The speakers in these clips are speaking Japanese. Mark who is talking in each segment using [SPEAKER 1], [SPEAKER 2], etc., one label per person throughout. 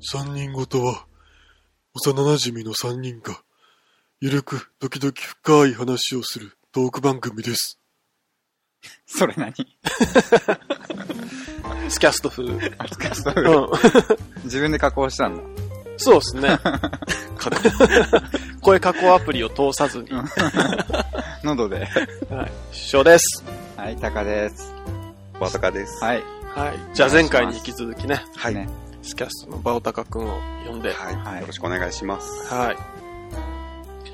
[SPEAKER 1] 三人ごとは、幼馴染の三人が、ゆるく、時々深い話をするトーク番組です。
[SPEAKER 2] それ何
[SPEAKER 3] スキャスト風。うん。
[SPEAKER 2] あそうかそう 自分で加工したんだ。
[SPEAKER 3] そうですね。 声加工アプリを通さずに。
[SPEAKER 2] うん喉で。
[SPEAKER 3] はい。一緒です。
[SPEAKER 2] はい、タカです。
[SPEAKER 4] まさかです。
[SPEAKER 2] はい。
[SPEAKER 3] はい。じゃあ前回に引き続きね、
[SPEAKER 4] はい
[SPEAKER 2] ね
[SPEAKER 3] スキャストのバオタカくんを呼んで、は
[SPEAKER 4] はい。よろしくお願いします。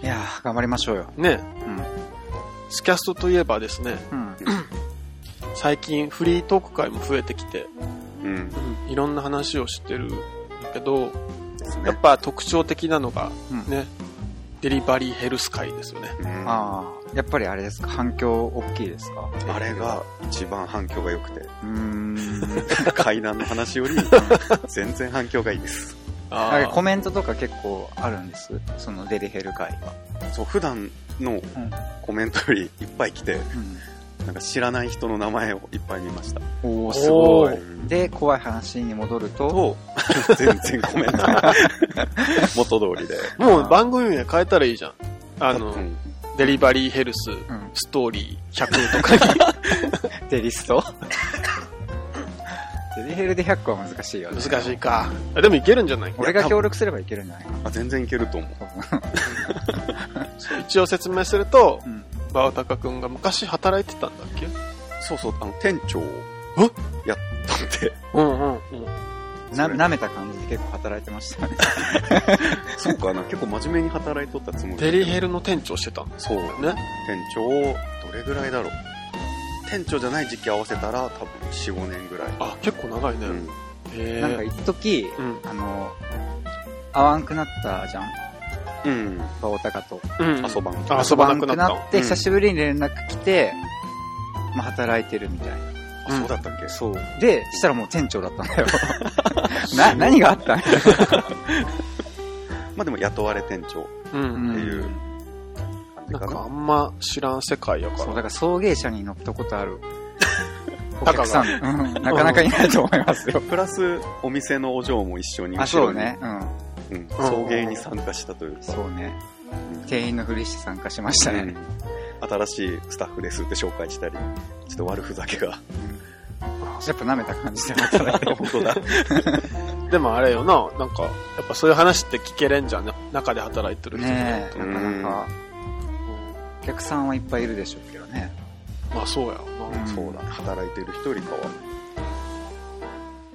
[SPEAKER 2] いやー、頑張りましょうよ。
[SPEAKER 3] い。ね、
[SPEAKER 2] うん。
[SPEAKER 3] スキャストといえばですね、
[SPEAKER 2] うん。
[SPEAKER 3] 最近フリートーク会も増えてきて、
[SPEAKER 4] うん。
[SPEAKER 3] うんいろんな話をしてるんだけど、
[SPEAKER 4] です
[SPEAKER 3] や
[SPEAKER 4] ね
[SPEAKER 3] っ。ぱ特徴的なのが
[SPEAKER 2] うん、
[SPEAKER 3] ね、デリバリーヘルス会ですよね。
[SPEAKER 4] うん
[SPEAKER 2] あ
[SPEAKER 4] あ
[SPEAKER 2] あ、やっぱりあれですか、反響大きいですか
[SPEAKER 4] れが一番反響が良くて、
[SPEAKER 2] うー ん。
[SPEAKER 4] 階段の話 より全然反響がいいです。
[SPEAKER 3] あ
[SPEAKER 2] あれ
[SPEAKER 3] ー
[SPEAKER 2] コメントとか結構あるんです。そのデリヘル会は。
[SPEAKER 4] そう、普段の
[SPEAKER 2] ん
[SPEAKER 4] コメントよりいっぱい来て、
[SPEAKER 2] うん。
[SPEAKER 4] なんか知らない人の名前をいっぱい見ました。
[SPEAKER 2] おー、すご
[SPEAKER 3] お
[SPEAKER 2] い。で、怖い話に戻ると、
[SPEAKER 4] と、全然コメン トが元通りで。
[SPEAKER 3] もう番組名変えたらいいじゃん。あの、
[SPEAKER 4] うん
[SPEAKER 3] デリバリーヘルス、
[SPEAKER 2] うん。
[SPEAKER 3] ストーリー100とかに
[SPEAKER 2] デリスト デリヘルで100個は難しいよね。
[SPEAKER 3] 難しいか。 あでもいけるんじゃない
[SPEAKER 2] 俺が協力すればいけるんじゃないかな。
[SPEAKER 4] あ全然いけると思う。
[SPEAKER 3] 一応説明すると、
[SPEAKER 2] うん。
[SPEAKER 3] バオタカくんが昔働いてたんだっけ
[SPEAKER 4] そうそう、あの、店長をやった んで、
[SPEAKER 3] うんうんうん。
[SPEAKER 2] な、舐めた感じで結構働いてましたよね。
[SPEAKER 4] そうかな、結構真面目に働いとったつもり
[SPEAKER 3] デリヘルの店長してたんだ
[SPEAKER 4] そう。
[SPEAKER 3] よね。
[SPEAKER 4] 店長をどれぐらいだろう店長じゃない時期合わせたら多分45年ぐらい
[SPEAKER 3] あ、結構長いね。
[SPEAKER 4] うん
[SPEAKER 3] へ
[SPEAKER 2] なんか
[SPEAKER 3] え。
[SPEAKER 2] 一時、
[SPEAKER 3] うん。
[SPEAKER 2] あの、合わんくなったじゃん
[SPEAKER 4] うん
[SPEAKER 2] バオタカと。
[SPEAKER 3] うん。
[SPEAKER 4] 遊ばん
[SPEAKER 3] あ遊ばなくなった
[SPEAKER 2] 合わって、
[SPEAKER 4] うん
[SPEAKER 2] 久しぶりに連絡来て、まあ働いてるみたいな。
[SPEAKER 4] あそうだったっけ
[SPEAKER 2] そう。で、したらもう店長だったん だよ。な、何があったんだよ。
[SPEAKER 4] まあでも雇われ店長
[SPEAKER 3] う。
[SPEAKER 2] うん
[SPEAKER 4] っていうん感じ
[SPEAKER 3] なん
[SPEAKER 4] か
[SPEAKER 3] かあ
[SPEAKER 4] なん
[SPEAKER 3] ま知らん世界やか
[SPEAKER 2] そう、だか
[SPEAKER 3] ら。。
[SPEAKER 2] ら送迎車に乗ったことあるお客さん、うん、なかなかいないと思 いますよ。
[SPEAKER 4] プラスお店のお嬢も一緒に
[SPEAKER 2] あ、
[SPEAKER 4] 後
[SPEAKER 2] そ
[SPEAKER 4] ろ
[SPEAKER 2] う
[SPEAKER 4] に
[SPEAKER 2] ね。うん。
[SPEAKER 4] うん送迎に参加したというか
[SPEAKER 2] そうね。店員のふりして参加しました
[SPEAKER 4] う
[SPEAKER 2] ね。
[SPEAKER 4] ん新しいスタッフですって紹介したりちょっと悪ふざけが
[SPEAKER 2] やっぱ舐めた感じで働 いてる。
[SPEAKER 4] 本当だ
[SPEAKER 3] でもあれよな、なんか、やっぱそういう話って聞けれんじゃんね。中で働いてる人
[SPEAKER 2] ねえ、
[SPEAKER 4] う
[SPEAKER 2] なんかなか、お客さんはいっぱいいるでしょうけどね。
[SPEAKER 3] まあそうやろな。
[SPEAKER 2] ん
[SPEAKER 4] そうだ働いてる人よりかは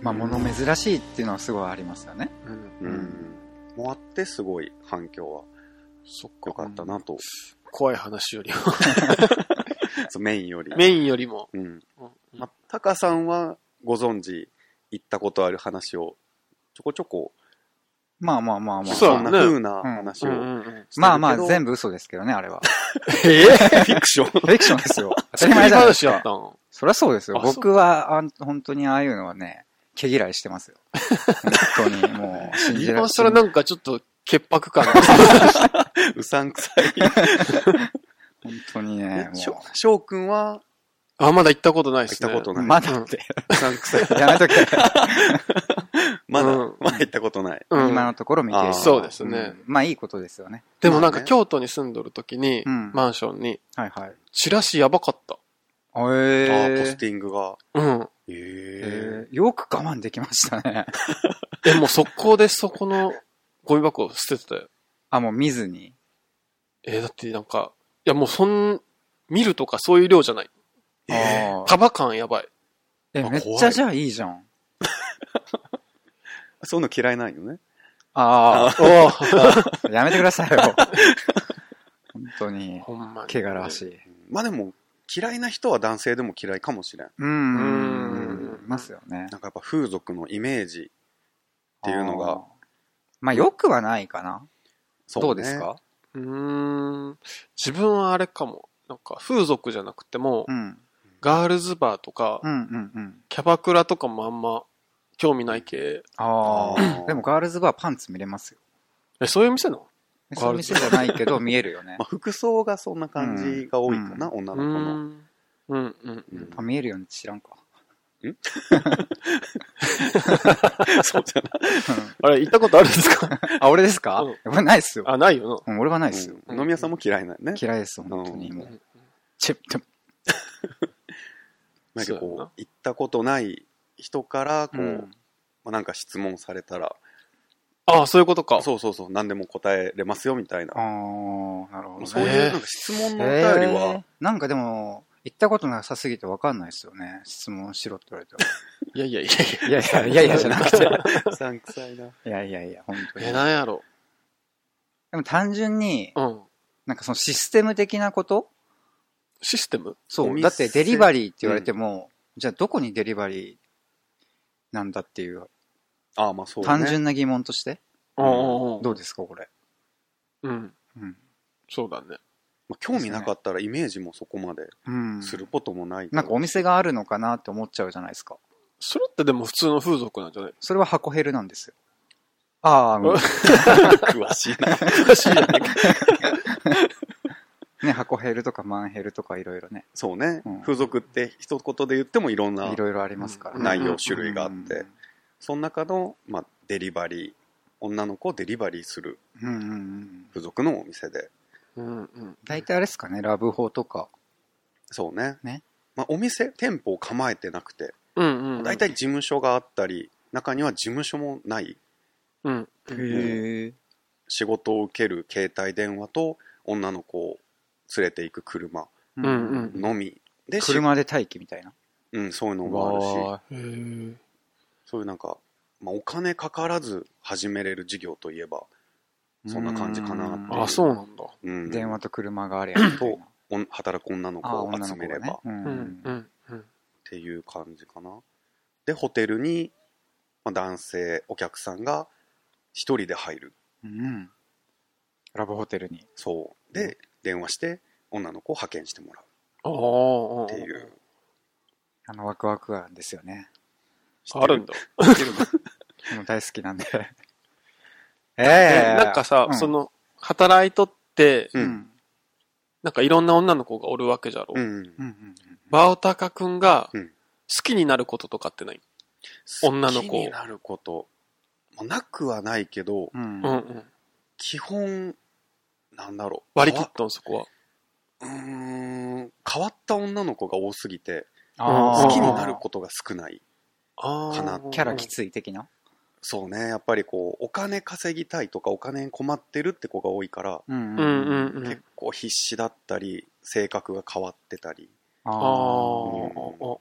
[SPEAKER 2] まあ、物珍しいっていうのはすごいありますよね。
[SPEAKER 3] うん。
[SPEAKER 4] う
[SPEAKER 2] うん
[SPEAKER 4] もうあってすごい反響は
[SPEAKER 3] そっか。
[SPEAKER 4] 良かったなと
[SPEAKER 3] 怖い話よりも。
[SPEAKER 4] そうメインより
[SPEAKER 3] メインよりも。
[SPEAKER 4] うん
[SPEAKER 3] うん
[SPEAKER 4] まあ、タカさんはご存知、行ったことある話を、ちょこちょこ、
[SPEAKER 2] まあまあまあまあ。
[SPEAKER 3] そう
[SPEAKER 4] そんな風な話を、
[SPEAKER 3] うん。
[SPEAKER 2] まあまあ、
[SPEAKER 4] 部。
[SPEAKER 2] 全部嘘ですけどね、あれは。
[SPEAKER 3] ええ
[SPEAKER 4] フィク ション。
[SPEAKER 2] フィクションですよ。当たり前じゃないです
[SPEAKER 3] 話やっ
[SPEAKER 2] か
[SPEAKER 3] た。ん
[SPEAKER 2] そりゃそうですよ。
[SPEAKER 3] あそう
[SPEAKER 2] 僕は、あん本当にああいうのはね、毛嫌いしてますよ。本当に、もう、信じられ
[SPEAKER 3] 今更なんかちょっと潔白感 が。
[SPEAKER 4] うさんくさ
[SPEAKER 2] 本当にね、
[SPEAKER 4] い。しょ
[SPEAKER 2] も
[SPEAKER 4] 翔くんは、
[SPEAKER 3] あ、まだ行ったことないです
[SPEAKER 4] 行
[SPEAKER 3] ね。
[SPEAKER 4] ったこと
[SPEAKER 2] う。
[SPEAKER 4] ない。
[SPEAKER 2] まだって。
[SPEAKER 4] うさんくさい。
[SPEAKER 2] やめとけ。
[SPEAKER 4] まだ、
[SPEAKER 3] うん
[SPEAKER 4] まだ行ったことない。
[SPEAKER 3] うん
[SPEAKER 2] 今のところ未
[SPEAKER 4] あ
[SPEAKER 2] 定
[SPEAKER 4] ー
[SPEAKER 3] そうですね
[SPEAKER 2] んまあ、いいことですよね。
[SPEAKER 3] でもなん
[SPEAKER 4] まあ
[SPEAKER 3] か
[SPEAKER 4] ね
[SPEAKER 3] 京都に住んどる時に、
[SPEAKER 2] うん
[SPEAKER 3] マンションに、
[SPEAKER 2] はいはい。
[SPEAKER 3] チラシやばかった。
[SPEAKER 2] え
[SPEAKER 4] あーポ
[SPEAKER 2] ー
[SPEAKER 4] スティングが。
[SPEAKER 3] うん。
[SPEAKER 4] ええ
[SPEAKER 2] えーよく我慢できましたね。
[SPEAKER 3] え、もう速攻でそこのゴミ箱を捨ててたよ。
[SPEAKER 2] あ、もう見ずに。
[SPEAKER 3] えーだってなんか、いやもうそん、見るとかそういう量じゃない。
[SPEAKER 4] え
[SPEAKER 2] あー
[SPEAKER 3] 束感やばい。
[SPEAKER 2] え、
[SPEAKER 4] あ
[SPEAKER 2] めっ
[SPEAKER 4] 怖
[SPEAKER 2] ちゃ
[SPEAKER 4] い
[SPEAKER 2] じゃあいいじゃん。
[SPEAKER 4] そういうの嫌いないよね。
[SPEAKER 2] あ
[SPEAKER 3] おー
[SPEAKER 2] あ、やめてくださいよ。本当に、
[SPEAKER 3] ほんまに。
[SPEAKER 2] 怪我らしい。
[SPEAKER 4] まあでも、嫌いな人は男性でも嫌いかもしれん。
[SPEAKER 2] うーん。
[SPEAKER 3] うーん
[SPEAKER 2] いますよね。
[SPEAKER 4] なんかやっぱ風俗のイメージっていうの
[SPEAKER 2] あー
[SPEAKER 4] が、。
[SPEAKER 2] まあ、よくはないかな。
[SPEAKER 4] そね
[SPEAKER 2] どうですか
[SPEAKER 3] うーん。自分はあれかも。なんか風俗じゃなくても、
[SPEAKER 2] うん。
[SPEAKER 3] ガールズバーとか、
[SPEAKER 2] うんうんうん。
[SPEAKER 3] キャバクラとかもあんま興味ない系。
[SPEAKER 2] あ
[SPEAKER 4] う
[SPEAKER 2] あ。
[SPEAKER 4] ん
[SPEAKER 2] でも、ガールズバーパンツ見れますよ。
[SPEAKER 3] え、そういう店なの
[SPEAKER 2] え
[SPEAKER 3] ガ
[SPEAKER 2] そう
[SPEAKER 3] ー
[SPEAKER 2] いう
[SPEAKER 3] ルズ
[SPEAKER 2] 店じゃないけど、見える よね
[SPEAKER 4] ま。あ、服装がそんな感じが多いかな、
[SPEAKER 3] う
[SPEAKER 4] 女の
[SPEAKER 3] ー
[SPEAKER 4] 子の。
[SPEAKER 3] ん。うん、うん、うん。
[SPEAKER 2] あ見えるように知らんか。
[SPEAKER 4] そうじゃない。
[SPEAKER 3] あれ、行ったことあるんですか
[SPEAKER 2] あ、俺ですか
[SPEAKER 3] うん
[SPEAKER 2] 俺ないっすよ。
[SPEAKER 3] あ、ないよ
[SPEAKER 2] うん俺はないっすよ。
[SPEAKER 4] うん飲み屋さんも嫌いなんね。
[SPEAKER 2] 嫌いです、本当に。もう。チェッ、で
[SPEAKER 4] なんか
[SPEAKER 3] そうや
[SPEAKER 4] こ
[SPEAKER 3] な
[SPEAKER 4] う、行ったことない人から、こう、
[SPEAKER 2] も
[SPEAKER 4] まあ、なんか質問されたら、
[SPEAKER 3] な。あ、そういうことか。
[SPEAKER 4] そうそうそう、何でも答えれますよみたいな。
[SPEAKER 2] うん。ああ、なるほど、ね。
[SPEAKER 4] そう
[SPEAKER 3] へ
[SPEAKER 4] い
[SPEAKER 3] え
[SPEAKER 4] うなんか質問のお便り
[SPEAKER 2] え
[SPEAKER 4] は
[SPEAKER 2] ー、なんかでも、行ったことなさすぎてわかんないですよね。質問しろって言われて
[SPEAKER 3] いやいやいやい
[SPEAKER 2] も。いやいや、いやい やじゃなくて。
[SPEAKER 4] うさんくさ いな。
[SPEAKER 2] いやいやいや、本当
[SPEAKER 3] や。
[SPEAKER 2] に。で
[SPEAKER 3] え、なんやろ。
[SPEAKER 2] も単純に、
[SPEAKER 3] うん。
[SPEAKER 2] なんかそのシステム的なこと
[SPEAKER 3] システム
[SPEAKER 2] そ
[SPEAKER 4] お
[SPEAKER 2] う。
[SPEAKER 4] 店
[SPEAKER 2] だってデリバリーって言われても、じゃあどこにデリバリーなんだっていう、
[SPEAKER 4] ああ、まあそうね。
[SPEAKER 2] 単純な疑問として、
[SPEAKER 3] うんうんうん
[SPEAKER 2] どうですか、これ。
[SPEAKER 3] うん。
[SPEAKER 2] うん。
[SPEAKER 3] そうだね。
[SPEAKER 4] まあ、興味なかったらイメージもそこまで
[SPEAKER 2] うん。
[SPEAKER 4] することもない。
[SPEAKER 2] なんかお店があるのかなって思っちゃうじゃないですか。
[SPEAKER 3] それってでも普通の風俗なんじ ゃない
[SPEAKER 2] それは箱ヘルなんですよ。ああ、ごめん
[SPEAKER 4] 詳しいな。詳しいな。
[SPEAKER 2] ね、箱ヘルとかマンヘルとかいろいろね、
[SPEAKER 4] そうね
[SPEAKER 2] うん。
[SPEAKER 4] 風俗って一言で言ってもいろんない
[SPEAKER 2] ろいろありますからね。
[SPEAKER 4] 内容、種類があって
[SPEAKER 2] う、
[SPEAKER 4] その中の、まあ、デリバリー、女の子をデリバリーする
[SPEAKER 2] うんうんうん。
[SPEAKER 4] 付属のお店で。
[SPEAKER 3] うんうん。
[SPEAKER 2] 大体あれですかね、ラブホとか。
[SPEAKER 4] そうね。
[SPEAKER 2] ね
[SPEAKER 4] まあ、お店、店舗を構えてなくて、
[SPEAKER 3] うんうん。
[SPEAKER 4] 大体事務所があったり、中には事務所もない
[SPEAKER 3] うん。
[SPEAKER 4] へ
[SPEAKER 2] え。
[SPEAKER 4] 仕事を受ける携帯電話と女の子を連れて行く車
[SPEAKER 2] うん
[SPEAKER 3] んうん
[SPEAKER 4] のみで、し
[SPEAKER 2] 車で待機みたいな。
[SPEAKER 4] うん、そういうのもあるし
[SPEAKER 2] わ
[SPEAKER 3] へー
[SPEAKER 4] そういうなんか、まあ、お金かからず始めれる事業といえばそんな感じかなってい
[SPEAKER 3] あ、そうなんだ。
[SPEAKER 4] う、ん、
[SPEAKER 2] 電話と車があれやみたいな。
[SPEAKER 4] おん働く女の
[SPEAKER 2] ああ、
[SPEAKER 4] 子を
[SPEAKER 2] 女
[SPEAKER 4] 集
[SPEAKER 2] の
[SPEAKER 4] め
[SPEAKER 2] 子
[SPEAKER 4] れ
[SPEAKER 2] が
[SPEAKER 4] ば、
[SPEAKER 2] ね
[SPEAKER 4] っ。
[SPEAKER 2] うん
[SPEAKER 3] うんうんうん。
[SPEAKER 4] ていう感じかなでホテルに、まあ、男性お客さんが一人で入る
[SPEAKER 2] うん。ラブホテルに。
[SPEAKER 4] そうで、電話して女の子を派遣してもら
[SPEAKER 3] ああ、
[SPEAKER 4] うっていう
[SPEAKER 2] あの、ワクワク感ですよね。
[SPEAKER 4] 知って
[SPEAKER 3] あるんだ。
[SPEAKER 2] もう大好きなんで。え
[SPEAKER 3] え
[SPEAKER 2] え。
[SPEAKER 3] なんかさ
[SPEAKER 2] う、ん
[SPEAKER 3] そ、の、働いとって、
[SPEAKER 4] う
[SPEAKER 2] うんん。
[SPEAKER 3] なんかいろんな女の子がおるわけじゃろ
[SPEAKER 4] う。ん
[SPEAKER 2] うんうん
[SPEAKER 3] バオタカ君が
[SPEAKER 4] うん
[SPEAKER 3] 好きになることとかってない女の子を
[SPEAKER 4] 好きになること、まあ、なくはないけど、
[SPEAKER 2] うん。う。
[SPEAKER 3] うんうんん。
[SPEAKER 4] 基本なんだろう
[SPEAKER 3] 割り切ったんそこは。
[SPEAKER 4] 変わうーん変わった女の子が多すぎて
[SPEAKER 2] あー
[SPEAKER 4] 好きになることが少ない
[SPEAKER 3] あ
[SPEAKER 4] ー
[SPEAKER 3] あ。
[SPEAKER 4] かな
[SPEAKER 2] キャラきつい的な。
[SPEAKER 4] そうねやっぱりこうお金稼ぎたいとかお金に困ってるって子が多いから、
[SPEAKER 2] うん
[SPEAKER 3] うんうんうん。
[SPEAKER 4] 結構必死だったり性格が変わってたり、
[SPEAKER 2] あ
[SPEAKER 3] ああ。
[SPEAKER 2] あ。
[SPEAKER 4] うん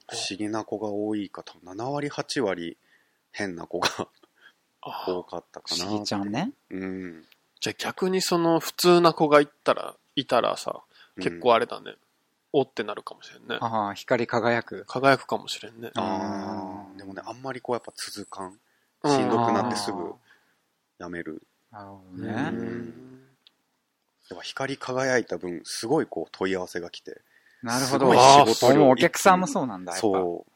[SPEAKER 4] 不思議な子が多いかと7割8割変な子が
[SPEAKER 3] あー
[SPEAKER 4] 多かったか
[SPEAKER 2] 不
[SPEAKER 4] な
[SPEAKER 2] 思議ちゃんね。
[SPEAKER 4] うん
[SPEAKER 3] じゃあ逆にその普通な子がいったら、いたらさ、結構あれだね。おってなるかもしれんね。
[SPEAKER 2] ああ、光り輝く。
[SPEAKER 3] 輝くかもしれんね。
[SPEAKER 4] あ
[SPEAKER 2] う
[SPEAKER 4] あ
[SPEAKER 2] ん
[SPEAKER 4] でもねあんまりこうやっぱ続かん
[SPEAKER 3] うん
[SPEAKER 4] しんどくなってすぐやめる
[SPEAKER 2] なるほ
[SPEAKER 3] う
[SPEAKER 2] ど
[SPEAKER 3] ん
[SPEAKER 2] ね。
[SPEAKER 4] では光り輝いた分すごいこう問い合わせが来て
[SPEAKER 2] なるほ
[SPEAKER 4] す
[SPEAKER 2] ど。
[SPEAKER 4] ごい
[SPEAKER 2] あ
[SPEAKER 4] 仕事
[SPEAKER 2] あ
[SPEAKER 4] 量
[SPEAKER 2] もうお客さんもそうなんだ。やっぱ
[SPEAKER 4] そう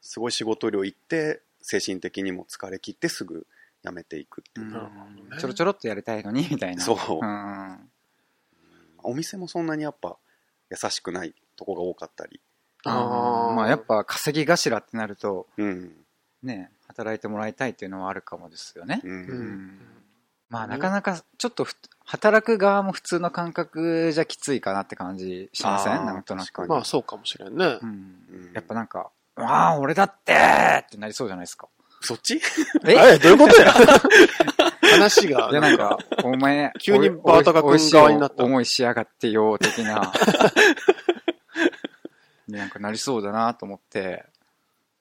[SPEAKER 4] すごい仕事量行って精神的にも疲れ切ってすぐやめていくって
[SPEAKER 2] う
[SPEAKER 4] いう、
[SPEAKER 2] ん
[SPEAKER 3] なるほどね
[SPEAKER 2] ちょろちょろっとやりたいのに、みたいな。
[SPEAKER 4] そう、
[SPEAKER 2] うん。
[SPEAKER 4] お店もそんなにやっぱ優しくないとこが多かったり
[SPEAKER 3] あー
[SPEAKER 2] まあやっぱ稼ぎ頭ってなると、
[SPEAKER 4] うん
[SPEAKER 2] ね、働いてもらいたいっていうのはあるかもですよね。
[SPEAKER 4] うん、
[SPEAKER 3] う
[SPEAKER 2] うんんまあなかなか、ちょっとふ働く側も普通の感覚じゃきついかなって感じしません
[SPEAKER 4] あー
[SPEAKER 2] なんとなく
[SPEAKER 4] 確。か
[SPEAKER 3] まあそうかもしれんね
[SPEAKER 2] う。ん。
[SPEAKER 4] うん
[SPEAKER 2] やっぱなんか、ああ、俺だってーってなりそうじゃないですか。
[SPEAKER 4] そっち
[SPEAKER 2] え
[SPEAKER 3] え、どういうことや 話 が。
[SPEAKER 2] いや、なん か、お前、
[SPEAKER 3] 急に
[SPEAKER 2] おい
[SPEAKER 3] バータカ君
[SPEAKER 2] おいしい
[SPEAKER 3] 側になった
[SPEAKER 2] 思いしやがってよ、的 な。なんかなりそうだなと思って、